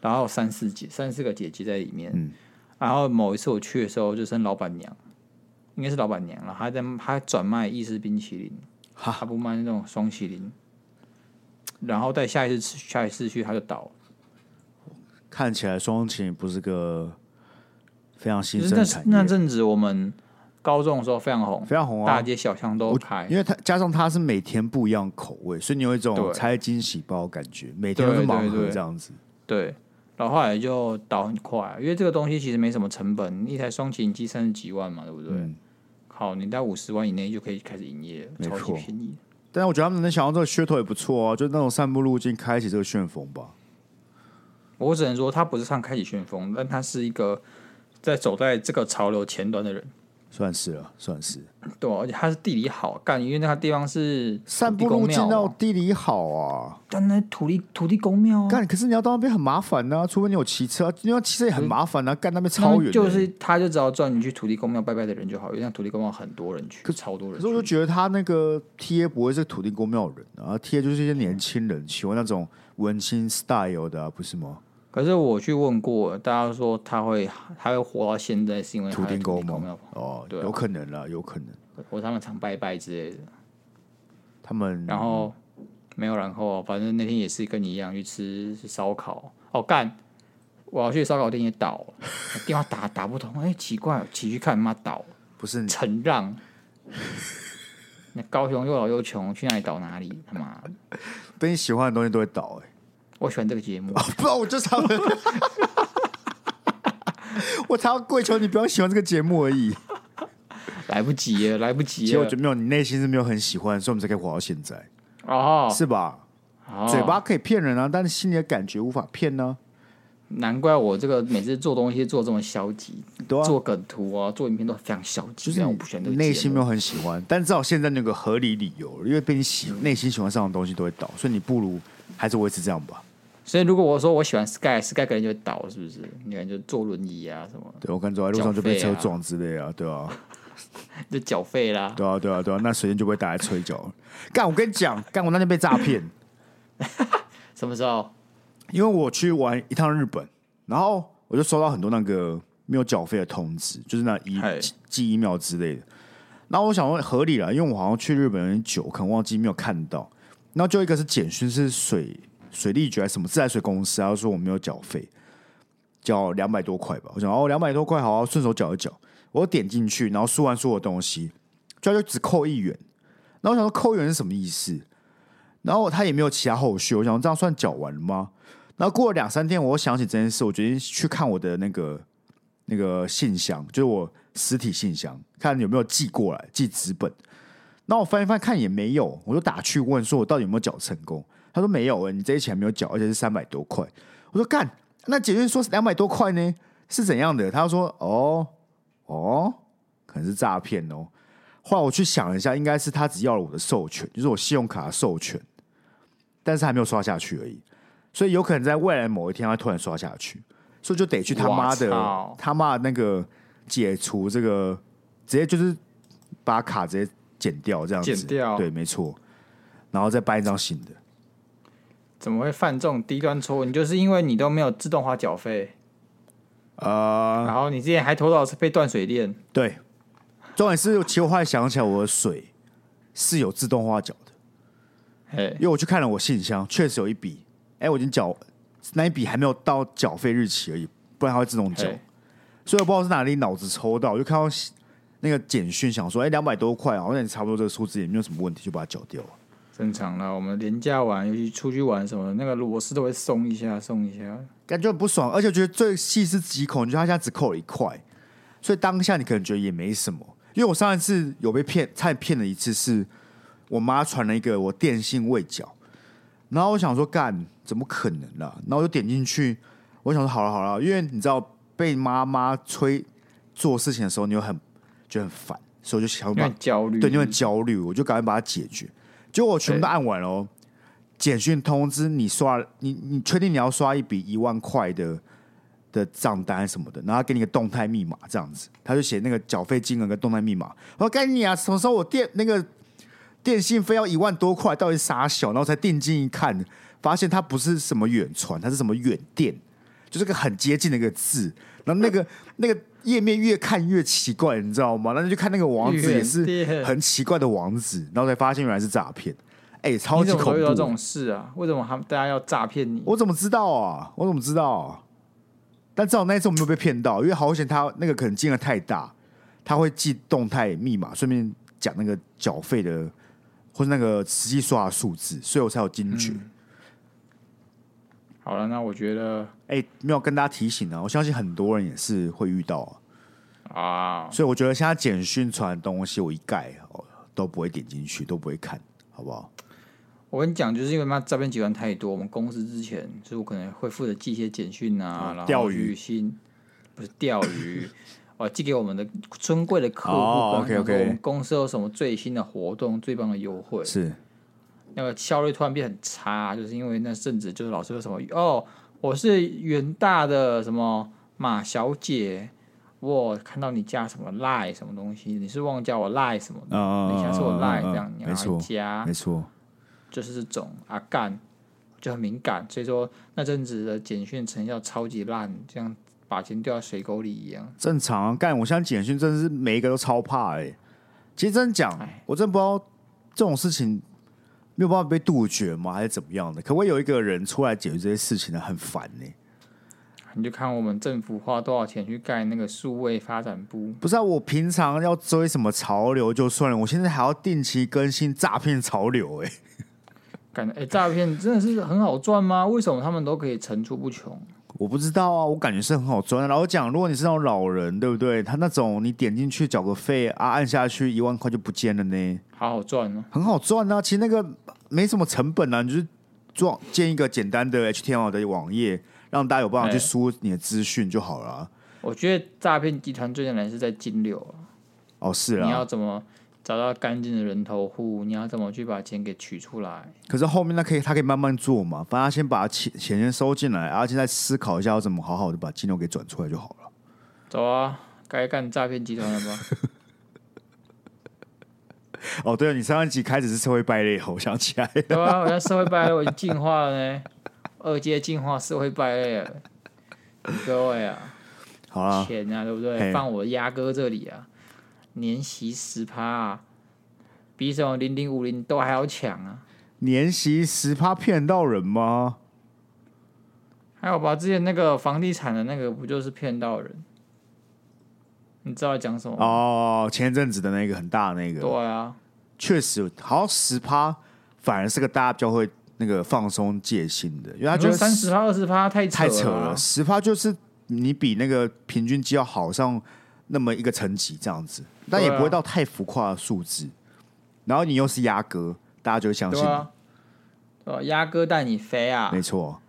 S3: 然后有三四姐三四个姐姐在里面，
S2: 嗯
S3: 然后某一次我去的时候，就剩老板娘，应该是老板娘了，她在她转卖意式冰淇淋，她不卖那种双淇淋，然后在下一次吃下一次去她就倒了，
S2: 看起来双麒麟不是个非常新
S3: 就
S2: 生
S3: 是
S2: 的
S3: 那
S2: 产
S3: 那
S2: 业，
S3: 阵子我们高中的时候非常红，
S2: 非常红
S3: 大
S2: 啊。
S3: 街小巷都
S2: 我
S3: 开
S2: 因，为它加上它是每天不一样口味，所以你有一种
S3: 对
S2: 拆惊喜包的感觉，每天都是
S3: 对对
S2: 盲盒
S3: 对
S2: 这样子。
S3: 对，然后后来就倒很快，因为这个东西其实没什么成本，一台双淇淋机三十几万嘛，对不对？
S2: 嗯
S3: 好，你在五十万以内就可以开始营业了，
S2: 没
S3: 超级
S2: 错
S3: 便宜。
S2: 但我觉得他们能想到这个噱头也不错啊，就那种散步路径开启这个旋风吧。
S3: 我只能说，他不是唱开启旋风，但他是一个在走在这个潮流前端的人，
S2: 算是了，算是
S3: 对啊、而且他是地理好干，因为那个地方是
S2: 散
S3: 土地
S2: 步
S3: 公
S2: 路
S3: 庙
S2: 径
S3: 嘛
S2: 到地理好啊，
S3: 但那土地土地公庙啊，
S2: 干、可是你要到那边很麻烦呐、除非你有骑车，因为骑车也很麻烦呐、啊干那边超远的、欸
S3: 那就是他就只要叫你去土地公庙拜拜的人就好，因为那土地公庙很多人去，
S2: 可
S3: 超多人
S2: 可
S3: 去。
S2: 是我就觉得他那个贴不会是土地公庙人啊，贴就是一些年轻人喜欢那种文青 style 的、啊，不是吗？
S3: 可是我去问过，大家说他会他会活到现在，是因为他
S2: 土
S3: 在
S2: 地
S3: 土地
S2: 公
S3: 公
S2: 吗
S3: 庙，？
S2: 哦，
S3: 对啊
S2: 有可能啦，有可能。
S3: 或他们常拜拜之类的。
S2: 他们
S3: 然后没有然后，哦反正那天也是跟你一样去吃烧烤。哦，干，我要去烧烤店也倒了，电话打打不通，哎、奇怪，起去看妈倒了，
S2: 不是你
S3: 承让。那高雄又老又穷，去哪里倒哪里，他妈的！
S2: 被你喜欢的东西都会倒哎、 (laughs) 哦
S3: 我喜欢这个节目，
S2: 不然我就常， (laughs) 我常常跪求你不要喜欢这个节目而已。
S3: 来不及了，来不及
S2: 结果
S3: 了
S2: 就。没有，你内心是没有很喜欢，所以我们才可以活到现在，
S3: 哦，
S2: 是吧？
S3: 哦
S2: 嘴巴可以骗人啊，但是心里的感觉无法骗呢、
S3: 难怪我这个每次做东西做这么消极，
S2: 对啊
S3: 做梗图啊，做影片都非常消极，
S2: 就是
S3: 这样
S2: 你
S3: 我不喜欢这
S2: 嗯
S3: 个
S2: 内
S3: 节
S2: 心
S3: 目
S2: 没有很喜欢，但至少现在那个合理理由了，因为被你喜内心喜欢上的东西都会倒，所以你不如还是维持这样吧。
S3: 所以如果我说我喜欢 Sky，Sky 可能就会倒，是不是？你可能就坐轮椅啊什么， (laughs)
S2: 对我看走在路上就被
S3: 缴
S2: 车
S3: 费啊
S2: 撞之类啊，对啊，
S3: 就缴费啦。
S2: 对啊，对啊，对啊，那水电就不会打来催缴了。干，我跟你讲，干我那天被诈骗，
S3: 什么时候？
S2: 因为我去玩一趟日本，然后我就收到很多那个没有缴费的通知，就是那一
S3: 嗨
S2: 寄寄 email 之类的。然后我想说合理了，因为我好像去日本有点久，我可能忘记没有看到。然后就一个是简讯是水水利局还是什么自来水公司啊，他说我没有缴费，缴两百多块吧。我想哦，两百多块好、啊，顺手缴一缴。我点进去，然后输完所有东西，就他就只扣一元。然后我想说扣一元是什么意思？然后他也没有其他后续，我想说这样算缴完了吗？然后过了两三天，我又想起这件事，我决定去看我的那个那个信箱，就是我实体信箱，看有没有寄过来，寄纸本。然后我翻一翻，看也没有，我就打去问，说我到底有没有缴成功？他说没有、欸，你这些钱没有缴，而且是三百多块。我说干，那解决说两百多块呢，是怎样的？他说哦哦，可能是诈骗哦。后来我去想了一下，应该是他只要了我的授权，就是我信用卡的授权，但是还没有刷下去而已。所以有可能在未来某一天，他突然刷下去，所以就得去他妈
S3: 哇
S2: 的
S3: 操
S2: 他妈的那个解除这个，直接就是把卡直接剪掉这样子，
S3: 剪掉
S2: 对，没错，然后再办一张新的。
S3: 怎么会犯这种低端错误？你就是因为你都没有自动化缴费，
S2: 呃，
S3: 啊然后你之前还投到被断水链，
S2: 对，重点是，其实我后来想起来，我的水是有自动化缴的，
S3: 嘿
S2: 因，为我去看了我信箱，确实有一笔，哎、我已经缴那一笔还没有到缴费日期而已，不然它会自动缴。
S3: 嘿
S2: 所以我不知道是哪里脑子抽到，我就看到那个简讯，想说，哎、两百多块啊，好像也差不多这个数字也没有什么问题，就把它缴掉了。
S3: 正常啦。我们廉价玩，尤其出去玩什么的，那个螺丝都会松一下，松一下。
S2: 感觉很不爽，而且我觉得最细思极恐，就是他现在只扣了一块，所以当下你可能觉得也没什么。因为我上一次有被骗，差点骗了一次是，我妈传了一个我电信未缴，然后我想说干怎么可能啦、然后我就点进去，我想说好了好了，因为你知道被妈妈催做事情的时候，你又很觉得很烦，所以我就想
S3: 有
S2: 把
S3: 点焦虑，
S2: 对，你很焦虑，我就赶快把它解决。结果我全部都按完了哦，简讯通知你刷，你你确定你要刷一笔一万块的的账单什么的，然后他给你个动态密码这样子，他就写那个缴费金额跟动态密码。我说干你啊，什么时候我电那个电信费要一万多块，到底傻小？然后才定睛一看，发现它不是什么远传，它是什么远电，就是个很接近的一个字。然后那个 (laughs) 那个页面越看越奇怪，你知道吗？然后就看那个网址也
S3: 远
S2: 是
S3: 电
S2: 很奇怪的网址，然后才发现原来是诈骗。哎、超
S3: 你
S2: 级
S3: 怎么
S2: 恐
S3: 会遇到这
S2: 怖
S3: 种！事啊？为什么他们大家要诈骗你？
S2: 我怎么知道啊？我怎么知道、啊？但至少那一次我没有被骗到，因为好险他那个可能金额太大，他会记动态密码，顺便讲那个缴费的或是那个实际刷的数字，所以我才有惊觉。
S3: 嗯好了，那我觉得
S2: 哎、没有跟大家提醒啊，我相信很多人也是会遇到啊、
S3: 啊，
S2: 所以我觉得现在简讯传的东西，我一概哦都不会点进去，都不会看，好不好？
S3: 我跟你讲，就是因为妈诈骗集团太多，我们公司之前就是我可能会负责寄一些简讯啊，然后
S2: 哦钓鱼
S3: 去信不是钓鱼，哦，寄给我们的尊贵的客户，
S2: 哦
S3: 跟他们
S2: OK，OK
S3: 说我们公司有什么最新的活动、最棒的优惠，
S2: 是
S3: 那个效率突然变很差，就是因为那阵子就是老师说什么哦，我是远大的什么马小姐，我看到你加什么赖什么东西，你是忘了加我赖什么的，
S2: 啊
S3: 你下次我赖这样，你要
S2: 没错，
S3: 加，
S2: 没错。
S3: 就是这种啊干就很敏感，所以说那阵子的简讯成效超级烂，这样把钱掉到水沟里一样。
S2: 正常啊干、我现在简讯真的是每一个都超怕哎、其实真讲
S3: 哎，
S2: 我真不知道这种事情没有办法被杜绝吗，还是怎么样的？可不可以有一个人出来解决这些事情呢？很烦欸呢、
S3: 你就看我们政府花多少钱去盖那个数位发展部，
S2: 不是啊，我平常要追什么潮流就算了，我现在还要定期更新诈骗潮流哎、
S3: 感觉哎诈骗真的是很好赚吗？为什么他们都可以层出不穷？
S2: (laughs) 我不知道啊，我感觉是很好赚的。啊然后讲，如果你是那种老人，对不对？他那种你点进去缴个费啊，按下去一万块就不见了呢，
S3: 好好赚哦。
S2: 很好赚啊。其实那个没什么成本啊，你就是做建一个简单的 HTML 的网页，让大家有办法去
S3: 哎
S2: 输入你的资讯就好了啊。
S3: 我觉得诈骗集团最难的是在金流啊，
S2: 哦，是
S3: 你要
S2: 啊，
S3: 怎么找到干净的人头户？你要怎么去把钱给取出来？
S2: 可是后面那可以，他可以慢慢做嘛。反正他先把钱钱先收进来，然后现在思考一下要怎么好好的把金流给转出来就好了。
S3: 走啊，该干诈骗集团了吧？
S2: 哦，对了，你上一集开始是社会败类哦，我想起
S3: (laughs)
S2: 来了，
S3: 对啊，我在社会败类，我已经进化了呢，二阶进化社会败类了。各位啊，
S2: 好啦，
S3: 钱啊，对不
S2: 嘿
S3: 对？放我鸭哥这里啊，年息十趴啊，比什么零零五零都还要强啊！
S2: 年息十趴骗得到人吗？
S3: 还有吧，之前那个房地产的那个不就是骗到人？你知道在讲什么吗？
S2: 哦，前一阵子的那个很大的那
S3: 对
S2: 个，
S3: 啊，
S2: 确实好像十趴，反而是个大家比较会那个放松戒心的，因为他
S3: 他
S2: 觉得
S3: 三十趴、二十趴太
S2: 太扯
S3: 了
S2: 了，
S3: 啊，
S2: 十趴就是你比那个平均绩要好上那么一个层级这样子，但也
S3: 对啊
S2: 不会到太浮夸的数字，然后你又是压哥，大家就会相信
S3: 对
S2: 你，
S3: 啊，对啊，鸭哥带你飞啊
S2: 没！错。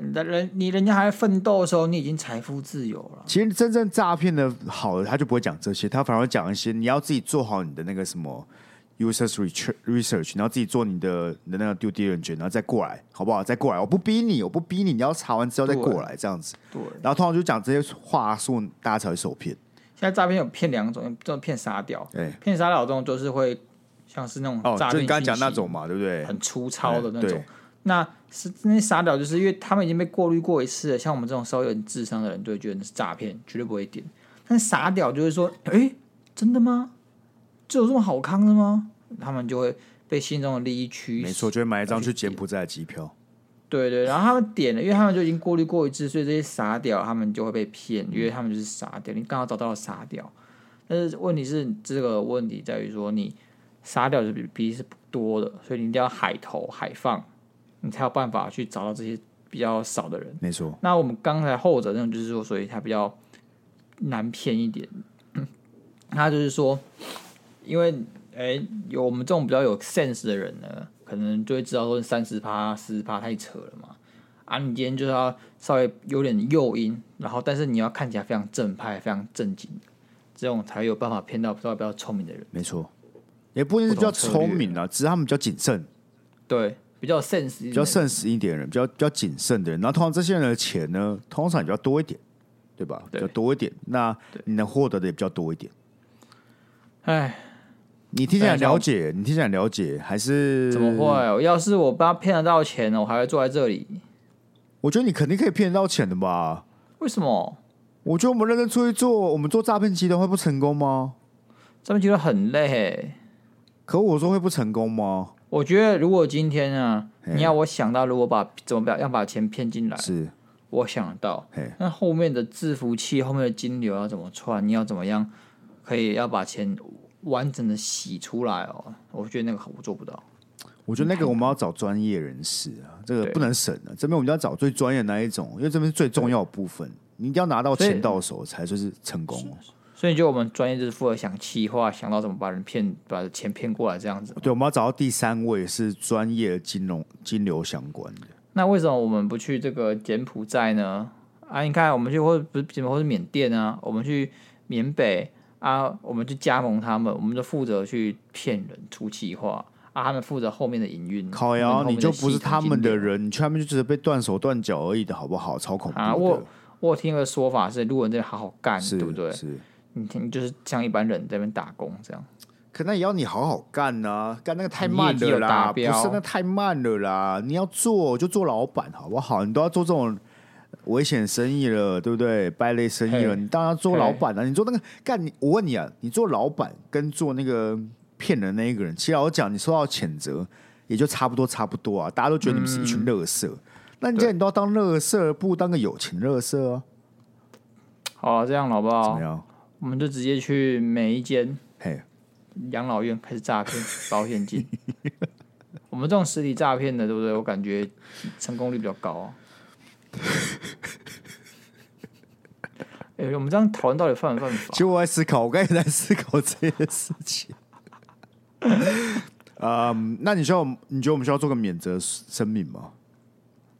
S3: 你的人，你人家还在奋斗的时候，你已经财富自由了。
S2: 其实真正诈骗的好的，他就不会讲这些，他反而会讲一些你要自己做好你的那个什么 user research research，然后自己做你的你的那个 due diligence，然后再过来，好不好？再过来，我不逼你，我不逼你，你要查完资料再过来这样子。
S3: 对，
S2: 然后通常就讲这些话术，大家才会受骗。
S3: 现在诈骗有骗两种，这种骗傻屌，
S2: 哎，
S3: 骗傻屌这种就是会像是那种
S2: 哦，
S3: 诈
S2: 就
S3: 骗、
S2: 你刚刚讲那种嘛，对不对？
S3: 很粗糙的那
S2: 对
S3: 种。那是那些傻屌，就是因为他们已经被过滤过一次了，像我们这种稍微有点智商的人，就会觉得那是诈骗，绝对不会点。但是傻屌就会说：“哎、真的吗？这有这么好康的吗？他们就会被心中的利益驱使。
S2: 没错，就会买一张去柬埔寨的机票。
S3: 对对，然后他们点了，因为他们就已经过滤过一次，所以这些傻屌他们就会被骗，因为他们就是傻屌。你刚好找到了傻屌，但是问题是这个问题在于说，你傻屌是比比例是不多的，所以你一定要海投海放，你才有办法去找到这些比较少的人。
S2: 没错，
S3: 那我们刚才后者那种就是说，所以它比较难骗一点。 (clears throat) 他就是说，因为哎、有我们这种比较有 sense 的人呢，可能就会知道说三十趴、四十趴太扯了嘛。啊，你今天就是要稍微有点诱因，然后但是你要看起来非常正派、非常正经，这种才有办法骗到稍微比较聪明的人。
S2: 没错，也不一定是比较
S3: 不同策略
S2: 聪明啊，只是他们比较谨慎，
S3: 对，比较有 sense，一点
S2: 比较 sense 一点的人，比较比较谨慎的人。然后通常这些人的钱呢，通常也比较多一点，对吧？比
S3: 对
S2: 较多一点，那你能获得的也比较多一点。
S3: 哎，
S2: 你听起来了解，你听起来了解，还是
S3: 怎么？会？要是我被他骗得到钱呢，我还会坐在这里。
S2: 我觉得你肯定可以骗得到钱的吧？
S3: 为什么？
S2: 我觉得我们认真出去做，我们做诈骗集团会不成功吗？
S3: 这边觉得很累、欸
S2: 可我说会不成功吗？
S3: 我觉得如果今天啊，你要我想到如果把怎么把要把钱骗进来，
S2: 是，
S3: 我想到
S2: 嘿，
S3: 那后面的伺服器后面的金流要怎么串，你要怎么样可以要把钱完整的洗出来哦？我觉得那个我做不到。
S2: 我觉得那个我们要找专业人士啊，这个
S3: 对
S2: 不能省啊。这边我们要找最专业的那一种，因为这边是最重要的部分，你一定要拿到
S3: 所以
S2: 钱到手才算是成功哦。
S3: 所以就我们专业就是负责想企划，想到怎么把人骗，把钱骗过来这样子。
S2: 对，我们要找到第三位是专业的金融金流相关的。
S3: 那为什么我们不去这个柬埔寨呢？啊，你看，我们去或不是柬埔寨，或是缅甸啊，我们去缅北啊，我们去加盟他们，我们就负责去骗人、出气话啊，他们负责后面的营运。
S2: 烤
S3: 后
S2: 窑，
S3: 面后
S2: 你
S3: 面
S2: 就
S3: 的
S2: 不是
S3: 系统
S2: 他们的
S3: 经理。
S2: 人，你去他们就只是被断手断脚而已的好不好？超恐怖的，
S3: 啊我我有听一个说法是，如果你真的好好干，
S2: 是
S3: 对不对？
S2: 是，
S3: 你你就是像一般人在那边打工这样。
S2: 可那也要你好好干呐、干那个太
S3: 你
S2: 慢
S3: 业绩
S2: 了
S3: 有
S2: 啦，
S3: 达
S2: 不
S3: 标
S2: 是那太慢了啦。你要做就做老板好不好？你都要做这种危险生意了，对不对？败类生意了，
S3: 嘿
S2: 你当然要做老板啊了、你做那个干你，我问你啊，你做老板跟做那个骗人那一个人，其实我讲，你受到谴责也就差不多差不多啊。大家都觉得你们是一
S3: 嗯
S2: 群乐色、那你既然你都要当乐色，不如当个有钱乐色啊？
S3: 好啊、这样好不
S2: 怎
S3: 好
S2: 么？样？
S3: 我们就直接去每一间
S2: 嘿，
S3: 养老院开始诈骗 (laughs) 保险金。我们这种实体诈骗的，对不对？我感觉成功率比较高、啊。哎、我们这样讨论到底犯不犯法
S2: 其？实我在思考，我刚才也在思考这件事情。 (laughs) 嗯，那你需要，你觉得我们需要做个免责声明吗？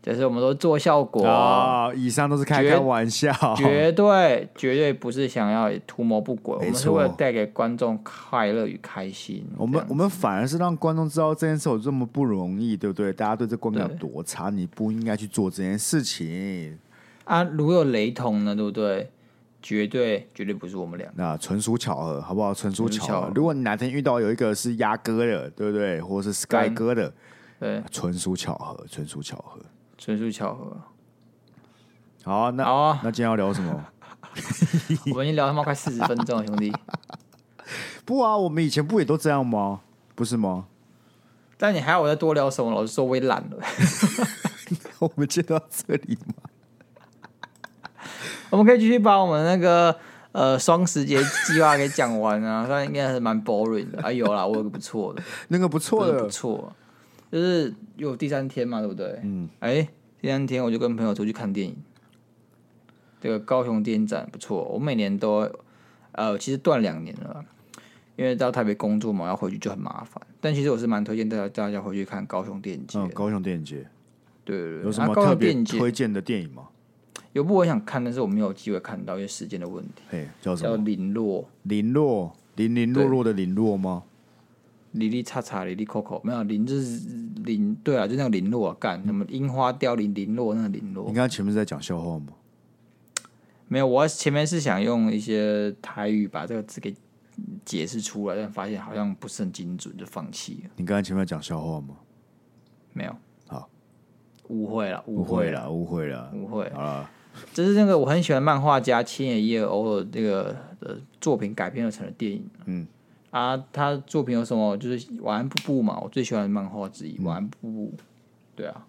S3: 就是我们都做效果，
S2: 啊，以上都是开
S3: 绝
S2: 开玩笑，
S3: 绝对绝对不是想要图谋不轨，我
S2: 没
S3: 们是
S2: 错
S3: 为了带给观众快乐与开心。
S2: 我
S3: 这
S2: 们
S3: 样
S2: 我们反而是让观众知道这件事有这么不容易，对不对？大家对这观感有多差，你不应该去做这件事情，
S3: 啊，如有雷同呢，对不对？绝对绝对不是我们俩。
S2: 那纯属巧合，好不好？纯属
S3: 纯属
S2: 巧
S3: 巧
S2: 合。
S3: 合
S2: 如果你哪天遇到有一个是鸭哥的，对不对？或者是 Sky
S3: 对
S2: 哥的，
S3: 对，
S2: 纯属巧合，纯属巧合。
S3: 纯属巧合。
S2: 好，那
S3: 好啊，
S2: 那今天要聊什么？
S3: 我们已经聊他妈快四十分钟了，兄弟。
S2: 不啊，我们以前不也都这样吗？不是吗？
S3: (laughs) 但你还要我再多聊什么？老实说，我也懒了。
S2: 我们接到这里吗？
S3: (laughs) 我们可以继续把我们那个呃双十节计划给讲完啊，但应该是蛮 boring (laughs) 的。啊，有啦，我有个不错的，
S2: 那个不错
S3: 真的不
S2: 的，
S3: 错，就是有第三天嘛，对不对？嗯。哎、第三天我就跟朋友出去看电影，这个高雄电影展不错，我每年都呃其实断两年了啦。因为到台北工作嘛，要回去就很麻烦。但其实我是蛮推荐大家大家回去看哦高雄电影节的。
S2: 嗯，高雄电影节
S3: 对对对，
S2: 有什
S3: 啊
S2: 么
S3: 高
S2: 特
S3: 雄
S2: 别
S3: 电影节
S2: 推荐的电影吗？
S3: 有部我想看，但是我没有机会看到，因为时间的问题。
S2: 嘿，叫什
S3: 叫
S2: 么？
S3: 林落，
S2: 零落零零落落的零落吗？
S3: 里里叉叉，里里扣扣，没有林就是林，对啊，就那个林落啊，干什么樱花凋零林落那个林
S2: 你
S3: 落，
S2: 刚刚前面是在讲笑话吗？
S3: 没有，我前面是想用一些台语把这个字给解释出来，但发现好像不是很精准，就放弃了。
S2: 你刚刚前面在讲笑话吗？
S3: 没有，
S2: 好，
S3: 误会了，误
S2: 误会
S3: 会了，
S2: 了，误会了。
S3: 误会。
S2: 好了，
S3: 这是那个我很喜欢漫画家千野一尔偶尔那个呃作品改编而成的电影。嗯，啊，他作品有什么？就是《晚安布布》嘛，我最喜欢的漫画之一，《晚安布布》。对啊，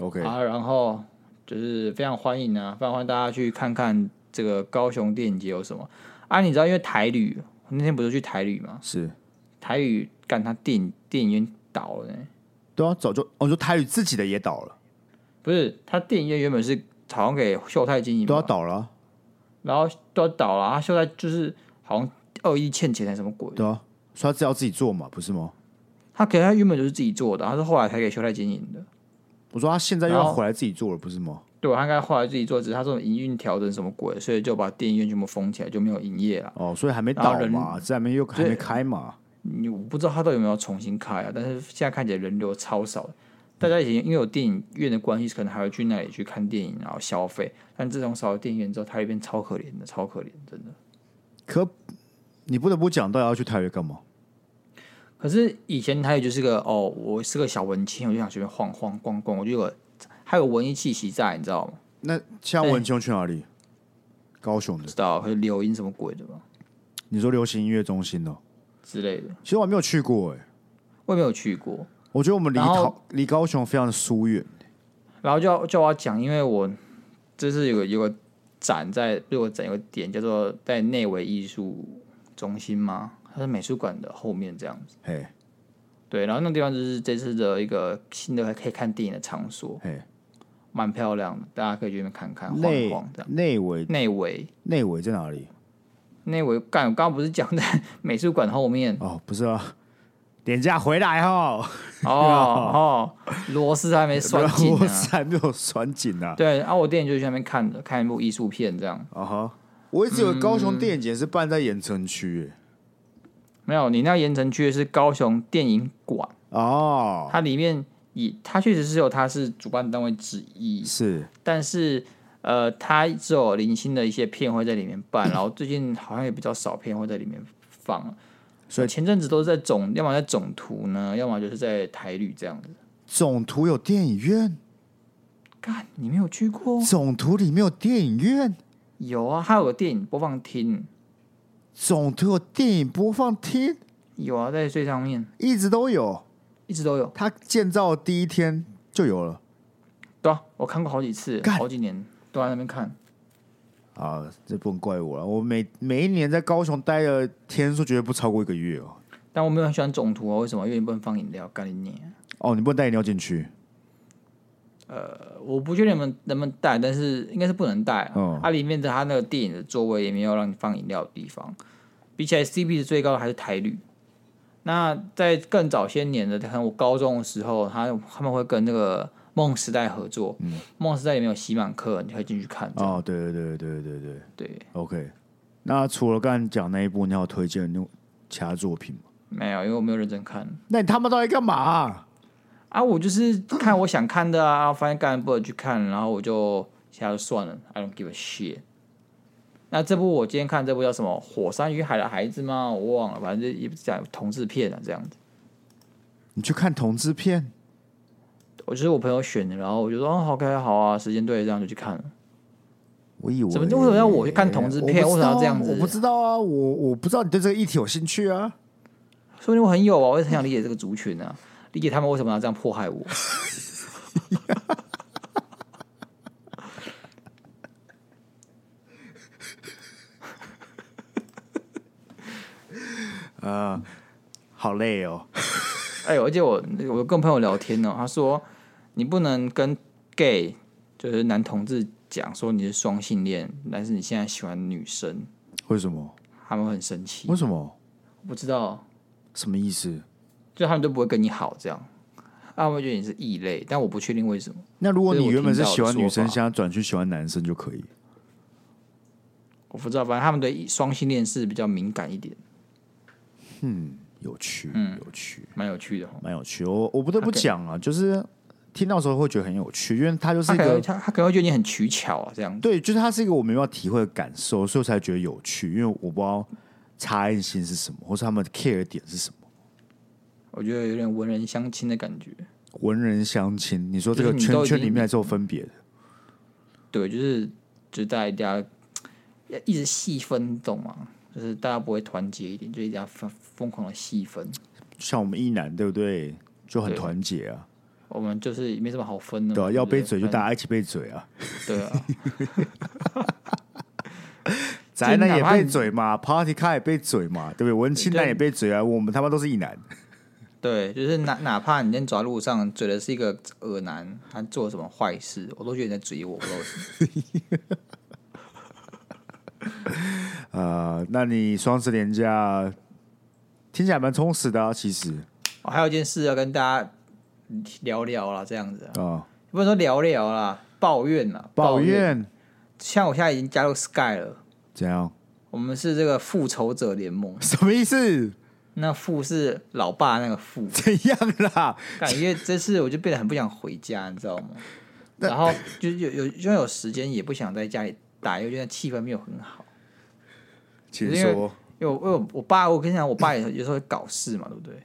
S2: OK，
S3: 啊，然后就是非常欢迎啊，非常欢迎大家去看看这个高雄电影节有什么啊？你知道，因为台旅那天不是去台旅嘛，
S2: 是
S3: 台旅干他电影电影院倒了呢、
S2: 对啊，早就我说台语自己的也倒了，
S3: 不是他电影院原本是好像给秀泰经营嘛，
S2: 都要倒了啊、
S3: 然后都要倒了，他啊秀泰就是好像恶意欠钱还是什么鬼的，
S2: 对啊，所以他自己要自己做嘛，不是吗？
S3: 他可能他原本就是自己做的，他是后来才给秀泰经营的。
S2: 我说他现在又
S3: 然
S2: 要
S3: 后
S2: 回来自己做了，不是吗？
S3: 对，啊他应该后来自己做，只是他这种营运调整什么鬼，所以就把电影院全部封起来，就没有营业了。
S2: 哦，所以还没
S3: 然后
S2: 倒
S3: 啊人
S2: 嘛，这还没又还没开嘛，
S3: 你我不知道他到底有没有重新开啊，但是现在看起来人流超少的。大家以前因为有电影院的关系，可能还会去那里去看电影，然后消费。但自从少了电影院之后，台里变超可怜的，超可怜，真的。
S2: 可你不得不讲，到底要去台北干嘛？
S3: 可是以前台语就是个哦，我是个小文青，我就想随便晃晃逛逛，我就有个还有文艺气息在，你知道吗？
S2: 那像
S3: 对
S2: 文琼去哪里？高雄的
S3: 不，知道会流音什么鬼的吧
S2: 你说流行音乐中心哦，
S3: 之类的，
S2: 其实我还没有去过哎、
S3: 我也没有去过。
S2: 我觉得我们离
S3: 然后
S2: 高离高雄非常的疏远。
S3: 然后就要就要讲，因为我这是有个有个展在，对我展有个点叫做在内围艺术中心吗？它是美术馆的后面这样子。
S2: 嘿，
S3: 对，然后那个地方就是这次的一个新的可以看电影的场所
S2: 嘿，
S3: 蛮漂亮的，大家可以去那边看看啊晃一
S2: 内
S3: 晃这样。
S2: 内围
S3: 内围
S2: 内围在哪里？
S3: 内围，干，我刚刚不是讲在 (laughs) 美术馆后
S2: (laughs)
S3: 面
S2: 哦，不是啊，廉价回来
S3: (laughs)
S2: 哦，
S3: 哦哦，螺丝还没拴紧
S2: 我
S3: 呢、
S2: 是还没有拴紧啊。
S3: 对，然、后我电影就去那边看的，看一部艺术片这样。
S2: 啊哈，我一直以为高雄电影节是办在盐城区、欸
S3: 没有，你那盐城区的是高雄电影馆，
S2: 欸，哦，
S3: 它里面以它确实是有它是主办单位之一，
S2: 是
S3: 但是呃，它只有零星的一些片会在里面办，然后最近好像也比较少片会在里面放了。
S2: 所以
S3: 前阵子都是在总，要么在总图呢，要么就是在台旅这样子。
S2: 总图有电影院，
S3: 干，你没有去过？
S2: 总图里面有电影院，
S3: 有啊，还有个电影播放厅，
S2: 总图有电影播放厅，
S3: 有啊，在最上面
S2: 一直都有。
S3: 一直都有。
S2: 它建造第一天就有了
S3: 对啊，我看过好几次，
S2: 干
S3: 好几年都在那边看。
S2: 啊，这不能怪我了。我每每一年在高雄待的天数绝对不超过一个月哦。
S3: 但我没有很喜欢总图哦，为什么？因为你不能放饮料，干你娘！
S2: 哦，你不能带饮料进去，
S3: 我不确定能不能能不能带，但是应该是不能带、啊。
S2: 嗯
S3: 它里面的它那个电影的座位也没有让你放饮料的地方。比起来，CP 值最高的还是台旅。那在更早些年的，可能我高中的时候，他他们会跟那个梦时代合作。梦时代里面有喜满客，你可以进去看。
S2: 嗯哦，对对对对对对对
S3: 对，
S2: ，OK。那除了刚才讲那一部，你还有推荐那种其他作品吗？
S3: 没有，因为我没有认真看。
S2: 那你他妈到底干嘛啊、
S3: 啊，我就是看我想看的啊，发现干不能去看，然后我就现在就算了，I don't give a shit。那这部我今天看这部叫什么《火山与海的孩子》吗？我忘了，反正就也不是讲同志片啊这样子。
S2: 你去看同志片？
S3: 我就是我朋友选的，然后我就说哦，OK，好啊，时间对了，这样就去看了。
S2: 我以为
S3: 怎么为什么要我去看同志片
S2: 我不知道啊
S3: 为什么要这样子
S2: 我不知道啊，我我不知道你对这个议题有兴趣啊。
S3: 说不定我很有啊，我也很想理解这个族群啊，理解他们为什么要这样迫害我。
S2: 好累哦，
S3: 哎、而且我我跟朋友聊天呢、他说你不能跟 gay 就是男同志讲说你是双性恋，但是你现在喜欢女生，
S2: 为什么？
S3: 他们会很生气
S2: 为。什么？
S3: 不知道，
S2: 什么意思？
S3: 就他们都不会跟你好这样，他们会觉得你是异类，但我不确定为什么。
S2: 那如果
S3: 这
S2: 你
S3: 是我
S2: 原本是
S3: 听到的
S2: 喜欢女生，
S3: 说法
S2: 现在转去喜欢男生就可以。
S3: 我不知道，反正他们对异双性恋是比较敏感一点，
S2: 有趣，
S3: 嗯
S2: 有趣，
S3: 蛮有趣的哦。
S2: 蛮有趣。我我不得不讲啊，就是听到时候会觉得很有趣，因为它就是
S3: 他
S2: 一
S3: 可能
S2: 个
S3: 他他可能会觉得你很取巧啊，这样
S2: 对，就是它是一个我没办法体会的感受，所以我才觉得有趣。因为我不知道差异性是什么，或是他们的 care 点是什么。
S3: 我觉得有点文人相亲的感觉。
S2: 文人相亲，你说这个
S3: 就是你
S2: 圈
S3: 都已
S2: 圈
S3: 经
S2: 里面还是有分别的。
S3: 对，就是就是大家一定要要一直细分，懂吗？就是大家不会团结一点，就一定要疯疯狂的细分。
S2: 像我们一男对不对，就很
S3: 对嗯
S2: 团结啊，
S3: 我们就是没什么好分的嘛，
S2: 对吧、啊
S3: 不
S2: 要背嘴就大
S3: 反
S2: 家一起背嘴啊，
S3: 正对啊，
S2: 宅男也
S3: 哪怕
S2: 背
S3: 你
S2: 嘴嘛，Party 咖也背嘴嘛，对不对？文青男
S3: 对
S2: 也背嘴啊，我们他妈都是一男，
S3: 对，就是哪哪怕你今天走在路上嘴的是一个恶男，他做了什么坏事，我都觉得你在嘴我，我都
S2: 呃，那你双十连假听起来蛮充实的啊，其实
S3: 哦，还有一件事要跟大家聊聊啦，这样子啊，
S2: 啊、
S3: 不能说聊聊啦，抱怨啦，
S2: 抱
S3: 怨。
S2: 怨
S3: 像我现在已经加入 Sky 了，
S2: 怎样？
S3: 我们是这个复仇者联盟，
S2: 什么意思？，
S3: 那复是老爸那个复
S2: 怎样啦？
S3: 感觉这次我就变得很不想回家，你知道吗？然后就有有因为有时间也不想在家里打，因为觉得气氛没有很好。
S2: 请
S3: 因为
S2: 说。
S3: 因为我因为我我爸，我跟你讲，我爸也有时候会搞事嘛，对不对？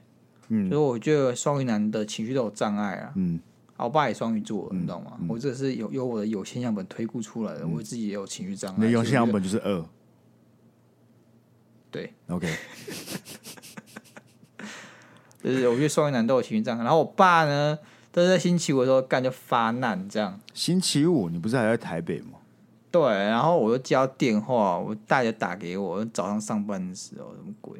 S2: 嗯
S3: 所以我觉得双鱼男的情绪都有障碍啊。
S2: 嗯，
S3: 啊，我爸也双鱼座，你懂吗？我这是有有我的有限样本推估出来的，我自己也有情绪障碍。
S2: 嗯你的游戏
S3: 所以
S2: 样
S3: 我觉得
S2: 本就是二
S3: 对，
S2: ，OK，
S3: 就是我觉得双鱼男都有情绪障碍。然后我爸呢，都是在星期五的时候干就发难这样。
S2: 星期五你不是还在台北吗？
S3: 对，然后我就接到电话，我大姐打给我，早上上班的时候什么鬼？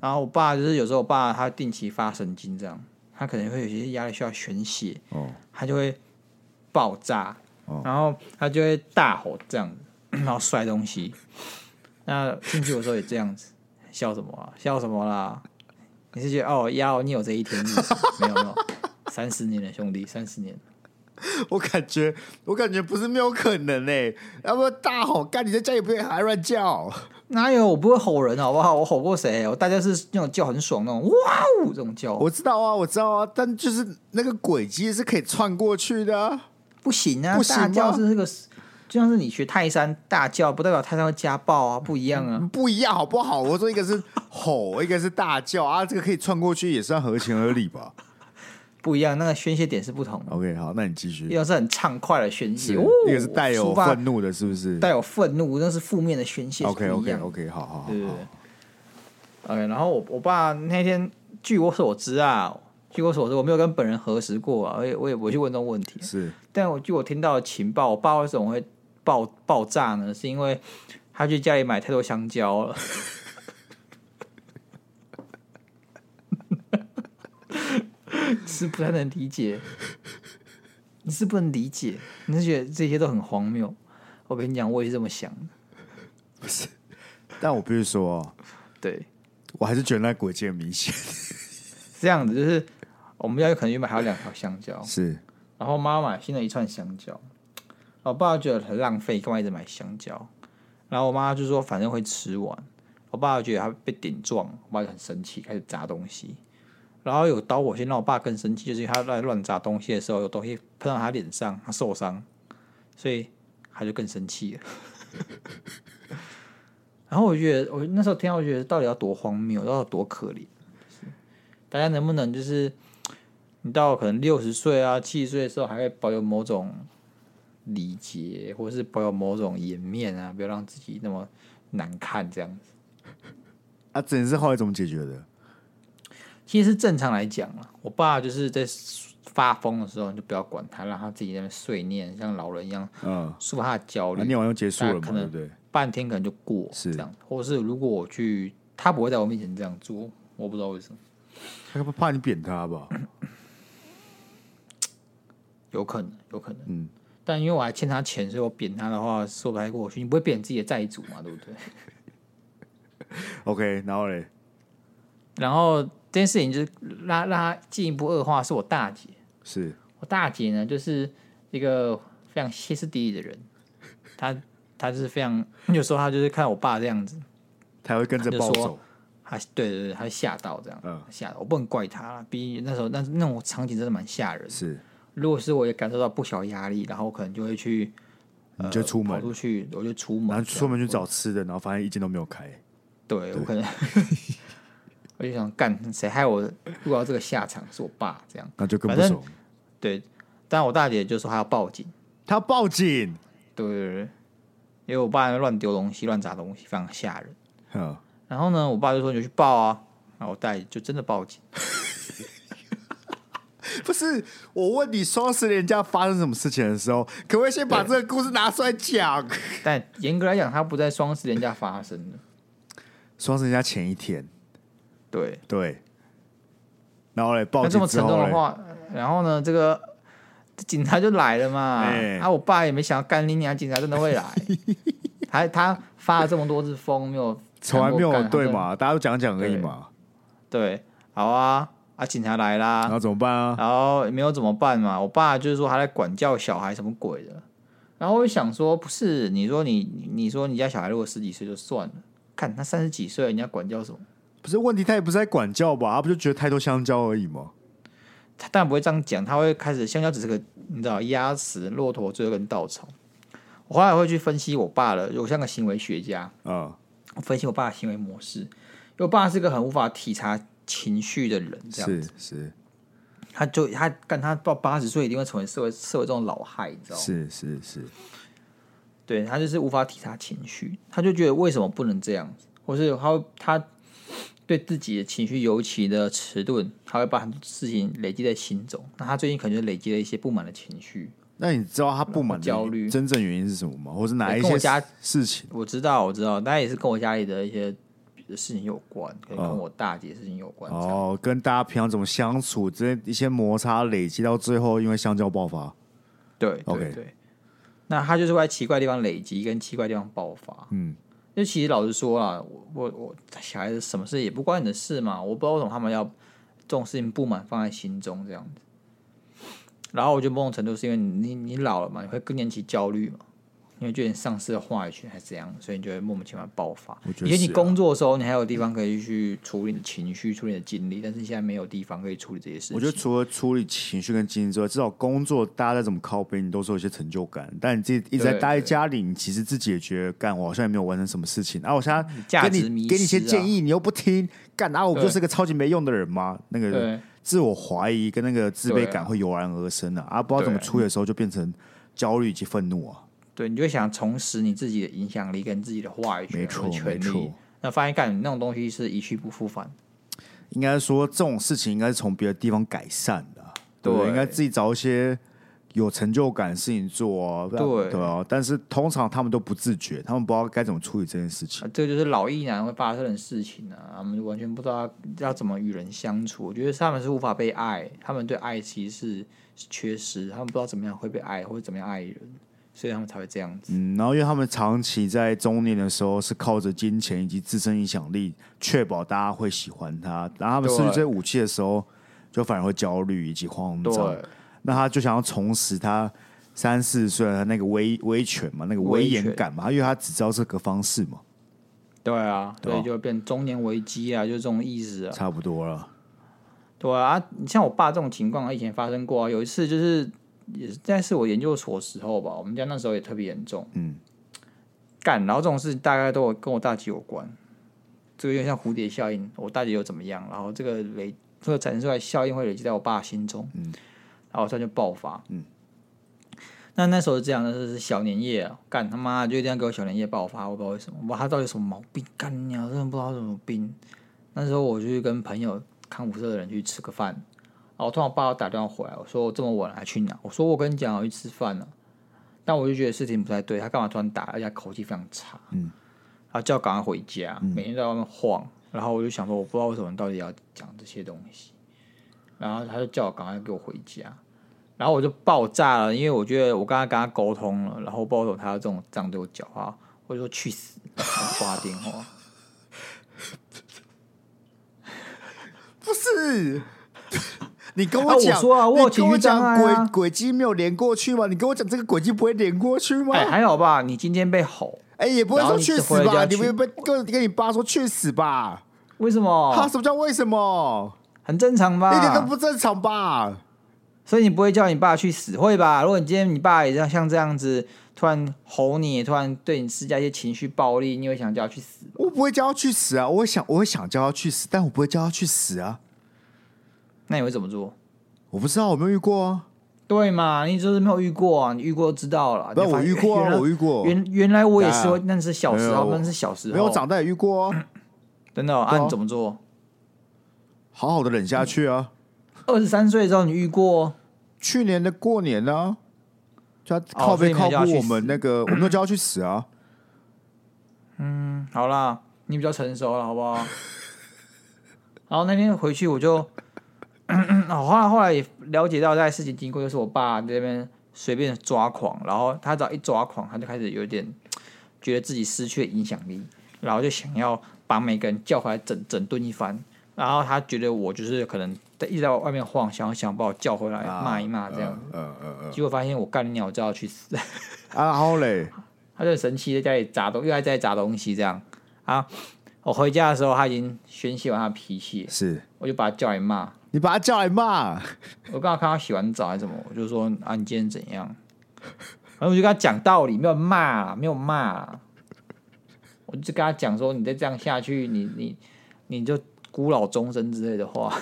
S3: 然后我爸就是有时候我爸他定期发神经这样，他可能会有些压力需要宣泄，
S2: 哦，
S3: 他就会爆炸，然后他就会大吼这样子， (clears throat) 然后摔东西。那进去的时候也这样子，笑什么啊？笑什么啦？你是觉得哦，呀哦，你有这一天是
S2: (laughs)
S3: 不是没有没有，三十年了，兄弟，三十年了。
S2: (laughs) 我感觉，我感觉不是没有可能诶、要不然大吼干，你在家里不也还乱叫？
S3: 哪有我不会吼人好不好？我吼过谁？我大家是那种叫很爽那种，哇哦这种叫，
S2: 我知道啊，我知道啊，但就是那个轨迹是可以串过去的、啊。
S3: 不行啊！
S2: 不行吗
S3: 大叫是这个，就像是你学泰山大叫，不代表泰山会家暴啊，不一样啊。
S2: 不一样好不好？我说一个是吼，一个是大叫啊，这个可以串过去也算合情合理
S3: (laughs)
S2: 吧
S3: 不一样，那个宣泄点是不同的。
S2: ？OK，好，那你继续
S3: 一。种是很畅快的宣泄，
S2: 是
S3: 哦
S2: 一个是带有
S3: 抒发
S2: 愤怒的，是不是
S3: 带有愤怒，那是负面的宣泄是不一
S2: ？OK
S3: 样
S2: OK OK，好好好
S3: 对对
S2: 好
S3: 对。OK，然后我我爸那天据我所知啊，据我所知，我没有跟本人核实过啊，我也我也我去问这种问题，啊
S2: 是
S3: 但我据我听到的情报，我爸为什么会爆爆炸呢？是因为他去家里买太多香蕉了。 (laughs) 是不太能理解，你是不能理解，你是觉得这些都很荒谬。我跟你讲，我也是这么想的。
S2: 但我必须说，
S3: 对，
S2: 我还是觉得那轨迹很明显。
S3: 是这样子就是我们家可能原本还有两条香蕉，
S2: 是
S3: 然后妈妈买新的一串香蕉，我爸觉得很浪费，干嘛一直买香蕉？然后我妈就说反正会吃完，我爸觉得他被顶撞，我爸就很生气，开始砸东西。然后有导火线让我爸更生气，就是因为他在乱砸东西的时候，有东西喷到他脸上，他受伤，所以他就更生气了。 (laughs) 然后我觉得，我那时候听到，我觉得到底要多荒谬，要多可怜，大家能不能就是你到可能六十岁啊、七十岁的时候，还会保有某种礼节，或是保有某种颜面啊，不要让自己那么难看这样子。
S2: 啊，这件事后来怎么解决的？
S3: 其实正常来讲啊，我爸就是在发疯的时候，你就不要管他，让他自己在那边碎念，像老人一样
S2: 嗯，
S3: 抒发他的焦
S2: 啊
S3: 虑。
S2: 念完就结束了嘛，
S3: 大家可能
S2: 对不对？
S3: 半天可能就过
S2: 是
S3: 这样，或者是如果我去，他不会在我面前这样做，我不知道为什么，
S2: 他怕你扁他吧？
S3: 有可能，有可能，
S2: 嗯。
S3: 但因为我还欠他钱，所以我扁他的话说不太过去。你不会扁自己的债主嘛，对不对？
S2: OK，然后嘞，
S3: 然后这件事情就是让让他进一步恶化，是我大姐。
S2: 是
S3: 我大姐呢，就是一个非常歇斯底里的人，她她就是非常有时候她就是看我爸这样子，
S2: 他会跟着暴走
S3: 就说。她对对对，她吓到这样，
S2: 嗯
S3: 吓到我不能怪她啦，毕竟那时候那那种场景真的蛮吓人的。
S2: 是，
S3: 如果是我也感受到不小压力，然后我可能就会去
S2: 你就出
S3: 呃跑
S2: 门，
S3: 出去，我就出门这
S2: 然后
S3: 样，
S2: 出门去找吃的，然后发现一间都没有开。
S3: 对我可能 (laughs) 我就想干谁害我入到这个下场，是我爸这样。
S2: 那就更不
S3: 反正
S2: 爽。
S3: 对，但我大姐就说她要报警。
S2: 他报警，
S3: 对对对，因为我爸乱丢东西、乱砸东西，非常吓人。
S2: (laughs) 嗯，
S3: 然后呢，我爸就说你就去报啊，然后我带就真的报警。
S2: 不是，我问你双十连假发生什么事情的时候，可不可以先把这个故事拿出来讲？
S3: 但严格来讲，它不在双十连假发生的。
S2: (laughs) 双十连假前一天，
S3: 对，
S2: 对，然后嘞，报
S3: 那这
S2: 警
S3: 么
S2: 之
S3: 沉
S2: 后
S3: 重的
S2: 嘞，
S3: 话，然后呢，这个警察就来了嘛。
S2: 哎
S3: 啊，我爸也没想到干你娘，警察真的会来。还他发了这么多次疯，没有
S2: 从来没有
S3: 干过
S2: 对？
S3: 干他真的
S2: 嘛，大家都讲讲而已嘛，
S3: 对，好啊，啊，警察来啦
S2: 然，后怎么办啊？
S3: 然后也没有怎么办嘛。我爸就是说他在管教小孩什么鬼的。然后我就想说，不是你说你你你说你家小孩如果十几岁就算了，看他三十几岁，人家管教什么？
S2: 不是问题，他也不是在管教吧？啊他不就觉得太多香蕉而已吗？
S3: 他当然不会这样讲，他会开始香蕉只是个你知道压死骆驼最后一根稻草。我后来会去分析我爸的，我像个行为学家，
S2: 啊、
S3: 我分析我爸的行为模式。因为我爸是个很无法体察情绪的人，这样
S2: 是
S3: 子，
S2: 是
S3: 他就他干他到八十岁一定会成为社会社会这种老害，你知道吗？
S2: 是是是，
S3: 对他就是无法体察情绪，他就觉得为什么不能这样，或是他会他对自己的情绪尤其的迟钝，他会把很多事情累积在心中。那他最近可能就累积了一些不满的情绪，
S2: 那你知道他不满的
S3: 焦虑
S2: 真正原因是什么吗？或是哪
S3: 对
S2: 一
S3: 跟
S2: 些
S3: 我家
S2: 事事情？
S3: 我知道，我知道，但也是跟我家里的一些事情有关，可能跟我大姐事情有关。这样
S2: 哦，跟大家平常怎么相处，这些一些摩擦累积到最后，因为香蕉爆发，
S3: 对对
S2: OK
S3: 对。那他就是会在奇怪的地方累积，跟奇怪的地方爆发。
S2: 嗯，
S3: 就其实老实说啊，我我我小孩子什么事也不关你的事嘛，我不知道为什么他们要这种事情不满放在心中这样子。然后我觉得某种程度是因为你你你老了嘛，你会更年期焦虑嘛，因为觉得你丧失了话语权还是怎样，所以你就会莫名其妙爆发。
S2: 我觉得
S3: 以前你
S2: 是啊
S3: 工作的时候，你还有地方可以去处理你的情绪、处理你的精力，但是现在没有地方可以处理这些事情。
S2: 我觉得除了处理情绪跟经历之外，至少工作大家再怎么靠背，你都是有一些成就感。但你自己一直在
S3: 对
S2: 待在
S3: 对
S2: 家里，你其实自己也觉得，干我好像也没有完成什么事情。啊，我现在
S3: 嗯价
S2: 给
S3: 值迷
S2: 你给你一些
S3: 失啊
S2: 建议，你又不听，干啊，我不
S3: 对
S2: 就是个超级没用的人吗？那个
S3: 对
S2: 自我怀疑跟那个自
S3: 对
S2: 卑
S3: 啊
S2: 感会油然而生啊！啊，不知道怎么
S3: 对啊
S2: 处理的时候，就变成焦虑以及愤怒啊！
S3: 对，你就会想重拾你自己的影响力跟自己的话语权、
S2: 没错
S3: 和权
S2: 没错
S3: 利。那发现干你那种东西是一去不复返的。
S2: 应该说这种事情应该是从别的地方改善的啊、对不对，
S3: 对
S2: 应该自己找一些有成就感的事情做啊，不然
S3: 对
S2: 对啊。但是通常他们都不自觉，他们不知道该怎么处理这件事情
S3: 啊，。这就是老一男会发生的事情啊，他们就完全不知道要要怎么与人相处。我觉得他们是无法被爱，他们对爱其实是是缺失，他们不知道怎么样会被爱，或者怎么样爱人，所以他们才会这样子。
S2: 嗯，然后因为他们长期在中年的时候是靠着金钱以及自身影响力确保大家会喜欢他，然后他们失去这些武器的时候，就反而会焦虑以及慌
S3: 对
S2: 张。那他就想要重拾他三四十岁的那个威威权嘛，那个威
S3: 威
S2: 严
S3: 权
S2: 感嘛，因为他只知道这个方式嘛，
S3: 对啊，
S2: 对
S3: 所
S2: 啊
S3: 以就变中年危机啊，就是这种意思啊。
S2: 差不多了。
S3: 对啊，你像我爸这种情况，以前发生过啊。有一次就是也是在是我研究所时候吧，我们家那时候也特别严重。
S2: 嗯，
S3: 干，然后这种事大概都有跟我大姐有关，这个有点像蝴蝶效应，我大姐又怎么样，然后这个累这个产生出来的效应会累积在我爸心中。嗯，然后他就爆发。嗯。那那时候是这样的，就是小年夜啊，干他妈就一定要给我小年夜爆发，我不知道为什么，我不知道他到底有什么毛病，干你娘，真的不知道他有什么病。那时候我就跟朋友康复社的人去吃个饭，然后突然我爸打电话回来，我说我这么晚了还去哪？我说我跟你讲，我去吃饭了、但我就觉得事情不太对，他干嘛突然打？而且他口气非常差，嗯，然后叫我赶快回家，每天在外面晃，然后我就想说，我不知道为什么你到底要讲这些东西，然后他就叫我赶快给我回家，然后我就爆炸了，因为我觉得我刚刚跟他沟通了，然后不知道为什么他要这种这样对我讲话，我就说去死，然后挂电话。
S2: 不是，你跟我
S3: 啊我
S2: 讲、
S3: 说啊我有
S2: 你跟我
S3: 情绪障
S2: 讲
S3: 碍啊
S2: 轨轨迹没有连过去吗？你跟我讲这个轨迹不会连过去吗？哎、
S3: 哎、还好吧，你今天被吼，
S2: 也不会
S3: 然
S2: 说
S3: 后你
S2: 去
S3: 回
S2: 死
S3: 家
S2: 吧？
S3: 去
S2: 你会不会跟跟你爸说去死吧？
S3: 为什
S2: 他、
S3: 么？
S2: 什么叫为什么？
S3: 很正常吧？
S2: 一点都不正常吧？
S3: 所以你不会叫你爸去死会吧？如果你今天你爸也像像这样子，突然吼你，突然对你施加一些情绪暴力，你会想叫他去死吧？
S2: 我不会叫他去死啊！我会想，我会想叫他去死，但我不会叫他去死啊！
S3: 那你会怎么做？
S2: 我不知道，我没有遇过啊。
S3: 对嘛？你就是没有遇过啊，你遇过就知道了。
S2: 不，
S3: 你
S2: 我
S3: 发哦
S2: 遇过
S3: (laughs) 原来
S2: 啊，我遇过，
S3: 原原来我也是
S2: 对
S3: 会
S2: 啊，
S3: 那是小时
S2: 没
S3: 候，
S2: 有
S3: 那是小时候。
S2: 没有我长大也遇过啊，
S3: 真的哦
S2: 对
S3: 啊？
S2: 啊
S3: 你怎么做？
S2: 好好的忍下去啊。
S3: 二十三岁的时候你遇过？哦
S2: 去年的过年呢、就他靠
S3: 所以
S2: 背
S3: 你们
S2: 靠
S3: 就要去
S2: 过
S3: 死
S2: 我们那个，我们都叫他去死
S3: (clears throat)
S2: 啊！
S3: 嗯好啦，你比较成熟了，好不好？ (laughs) 然后那天回去我就， (clears throat) 哦后来后来也了解到，大概事情经过就是我爸在那边随便抓狂，然后他只要一抓狂，他就开始有点觉得自己失去了影响力，然后就想要把每个人叫回来整整顿一番。然后他觉得我就是可能在一直在外面晃，想要想把我叫回来
S2: 啊
S3: 骂一骂这样。
S2: 嗯嗯嗯，
S3: 结果发现我干鸟就要去死，
S2: 啊，然后嘞，
S3: 他就很神奇在家里砸东，又在家里砸东西这样啊。我回家的时候，他已经宣泄完他的脾气，
S2: 是
S3: 我就把他叫来骂。
S2: 你把他叫来
S3: (laughs)
S2: 骂，
S3: 我刚好看他洗完澡还是什么，我就说啊，你今天怎样？然后我就跟他讲道理，没有骂啦，没有骂啦。我就跟他讲说，你再这样下去，你你你就孤老终生之类的话，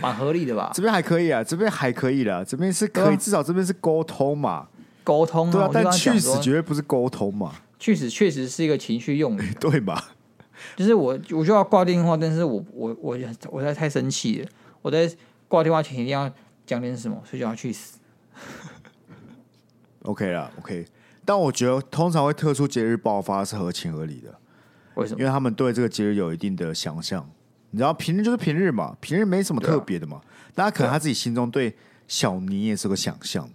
S3: 蛮合理的吧？
S2: 这边还可以啊，这边还可以啦，这边是可
S3: 对
S2: 以，
S3: 啊
S2: 至少这边是沟通嘛，
S3: 沟通
S2: 对啊
S3: 嗯我，就跟
S2: 但
S3: 他
S2: 去
S3: 讲
S2: 死
S3: 说，
S2: 绝对不是沟通嘛， (laughs)
S3: 去死确实是一个情绪用语。
S2: 对吧？
S3: 就是我我就要挂电话，但是我我我我实在太生气了，我在挂电话前一定要讲点什么，所以就要去死。
S2: OK 啦，OK。但我觉得通常会特殊节日爆发是合情合理的，
S3: 为什么
S2: 因？为他们对这个节日有一定的想象。你知道，平日就是平日嘛，平日没什么
S3: 啊
S2: 特别的嘛。大家可能他自己心中对小尼也是有个想象的。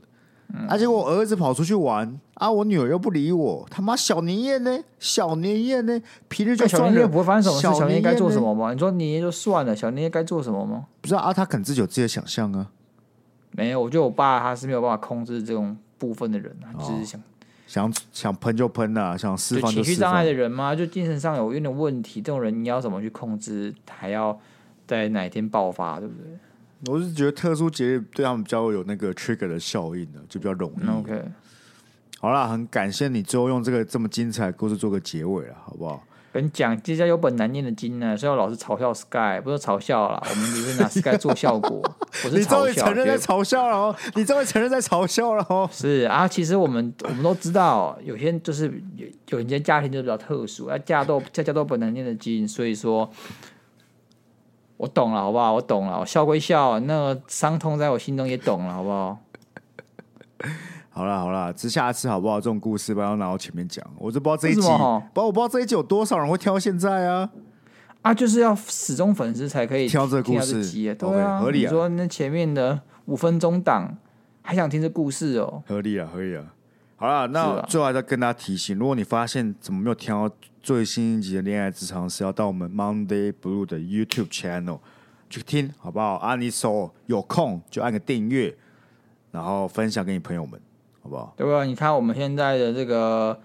S3: 嗯
S2: 啊，结果我儿子跑出去玩，啊，我女儿又不理我，他妈小年夜呢，小年夜呢，平日就
S3: 对哎小
S2: 算
S3: 年
S2: 了，
S3: 夜不会发生什么事，小年夜该做什
S2: 呢？
S3: 么吗？你说年夜就算了，小年夜该做什么吗？
S2: 不知道啊，他可能自己有自己的想象啊。
S3: 没有，我觉得我爸他是没有办法控制这种部分的人啊，
S2: 哦
S3: 就是想
S2: 想想喷就喷啊，想释
S3: 就
S2: 放
S3: 情
S2: 就
S3: 绪
S2: 释
S3: 障碍
S2: 放
S3: 的。人嘛，就精神上有有点问题，这种人你要怎么去控制？还要在哪一天爆发，对不对、
S2: 我是觉得特殊节日对他们比较有那个 trigger 的效应的、就比较容易。
S3: o k
S2: 好啦，很感谢你最后用这个这么精彩的故事做个结尾了，好不好？
S3: 跟你讲，这家有本难念的经呢，所以我老是嘲笑 Sky，不是嘲笑啦，我们只是拿 Sky 做效果，我
S2: (laughs) 你
S3: 是
S2: 终
S3: 嘲
S2: 于
S3: 笑。
S2: 承认在
S3: 绝对
S2: 嘲笑了
S3: (laughs)
S2: 哦！你终于承认在嘲笑了哦！
S3: 是啊，其实我们我们都知道，有些就是有有人家家庭就比较特殊，啊，家都家家都本难念的经，所以说，我懂了，好不好？我懂了，我笑归笑，那个伤痛在我心中也懂了，好不好？
S2: 好啦好啦，这下次好不好？这种故事不要拿到前面讲，我就不知道这一集，
S3: 为
S2: 不
S3: 什么哦
S2: 知道我不知道这一集有多少人会挑现在啊！
S3: 啊，就是要死忠粉丝才可以
S2: 挑这个
S3: 听到
S2: 故事
S3: 集耶对
S2: OK，
S3: 啊，
S2: 合理啊
S3: 你说那前面的五分钟档还想听这故事哦？
S2: 合理啊合理啊！好啦，那
S3: 是啊
S2: 最后还是要跟大家提醒，如果你发现怎么没有听到最新一集的《恋爱职场》，是要到我们 Monday Blue 的 YouTube channel 去听，好不好？啊，你手有空就按个订阅，然后分享给你朋友们，好不好？
S3: 对吧？你看我们现在的这个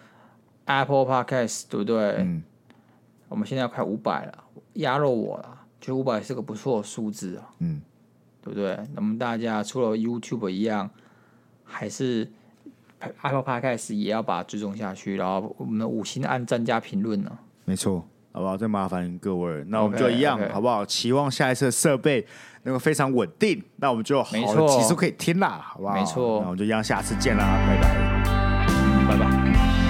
S3: Apple Podcast，对不对？
S2: 嗯，
S3: 我们现在快五百了，压肉我了，觉得五百是个不错的数字啊，
S2: 嗯，
S3: 对不对？那么大家除了 YouTube 一样，还是 Apple Podcast 也要把它追踪下去，然后我们的五星按赞加评论呢、
S2: 没错，好不好？再麻烦各位了，那我们就
S3: OK，
S2: 一样
S3: OK
S2: 好不好？期望下一次的设备能够非常稳定，那我们就有好
S3: 没
S2: 的
S3: 错
S2: 技术可以听啦，好不好？
S3: 没错
S2: 那我们就一样，下次见啦，拜拜。
S3: 嗯，拜拜。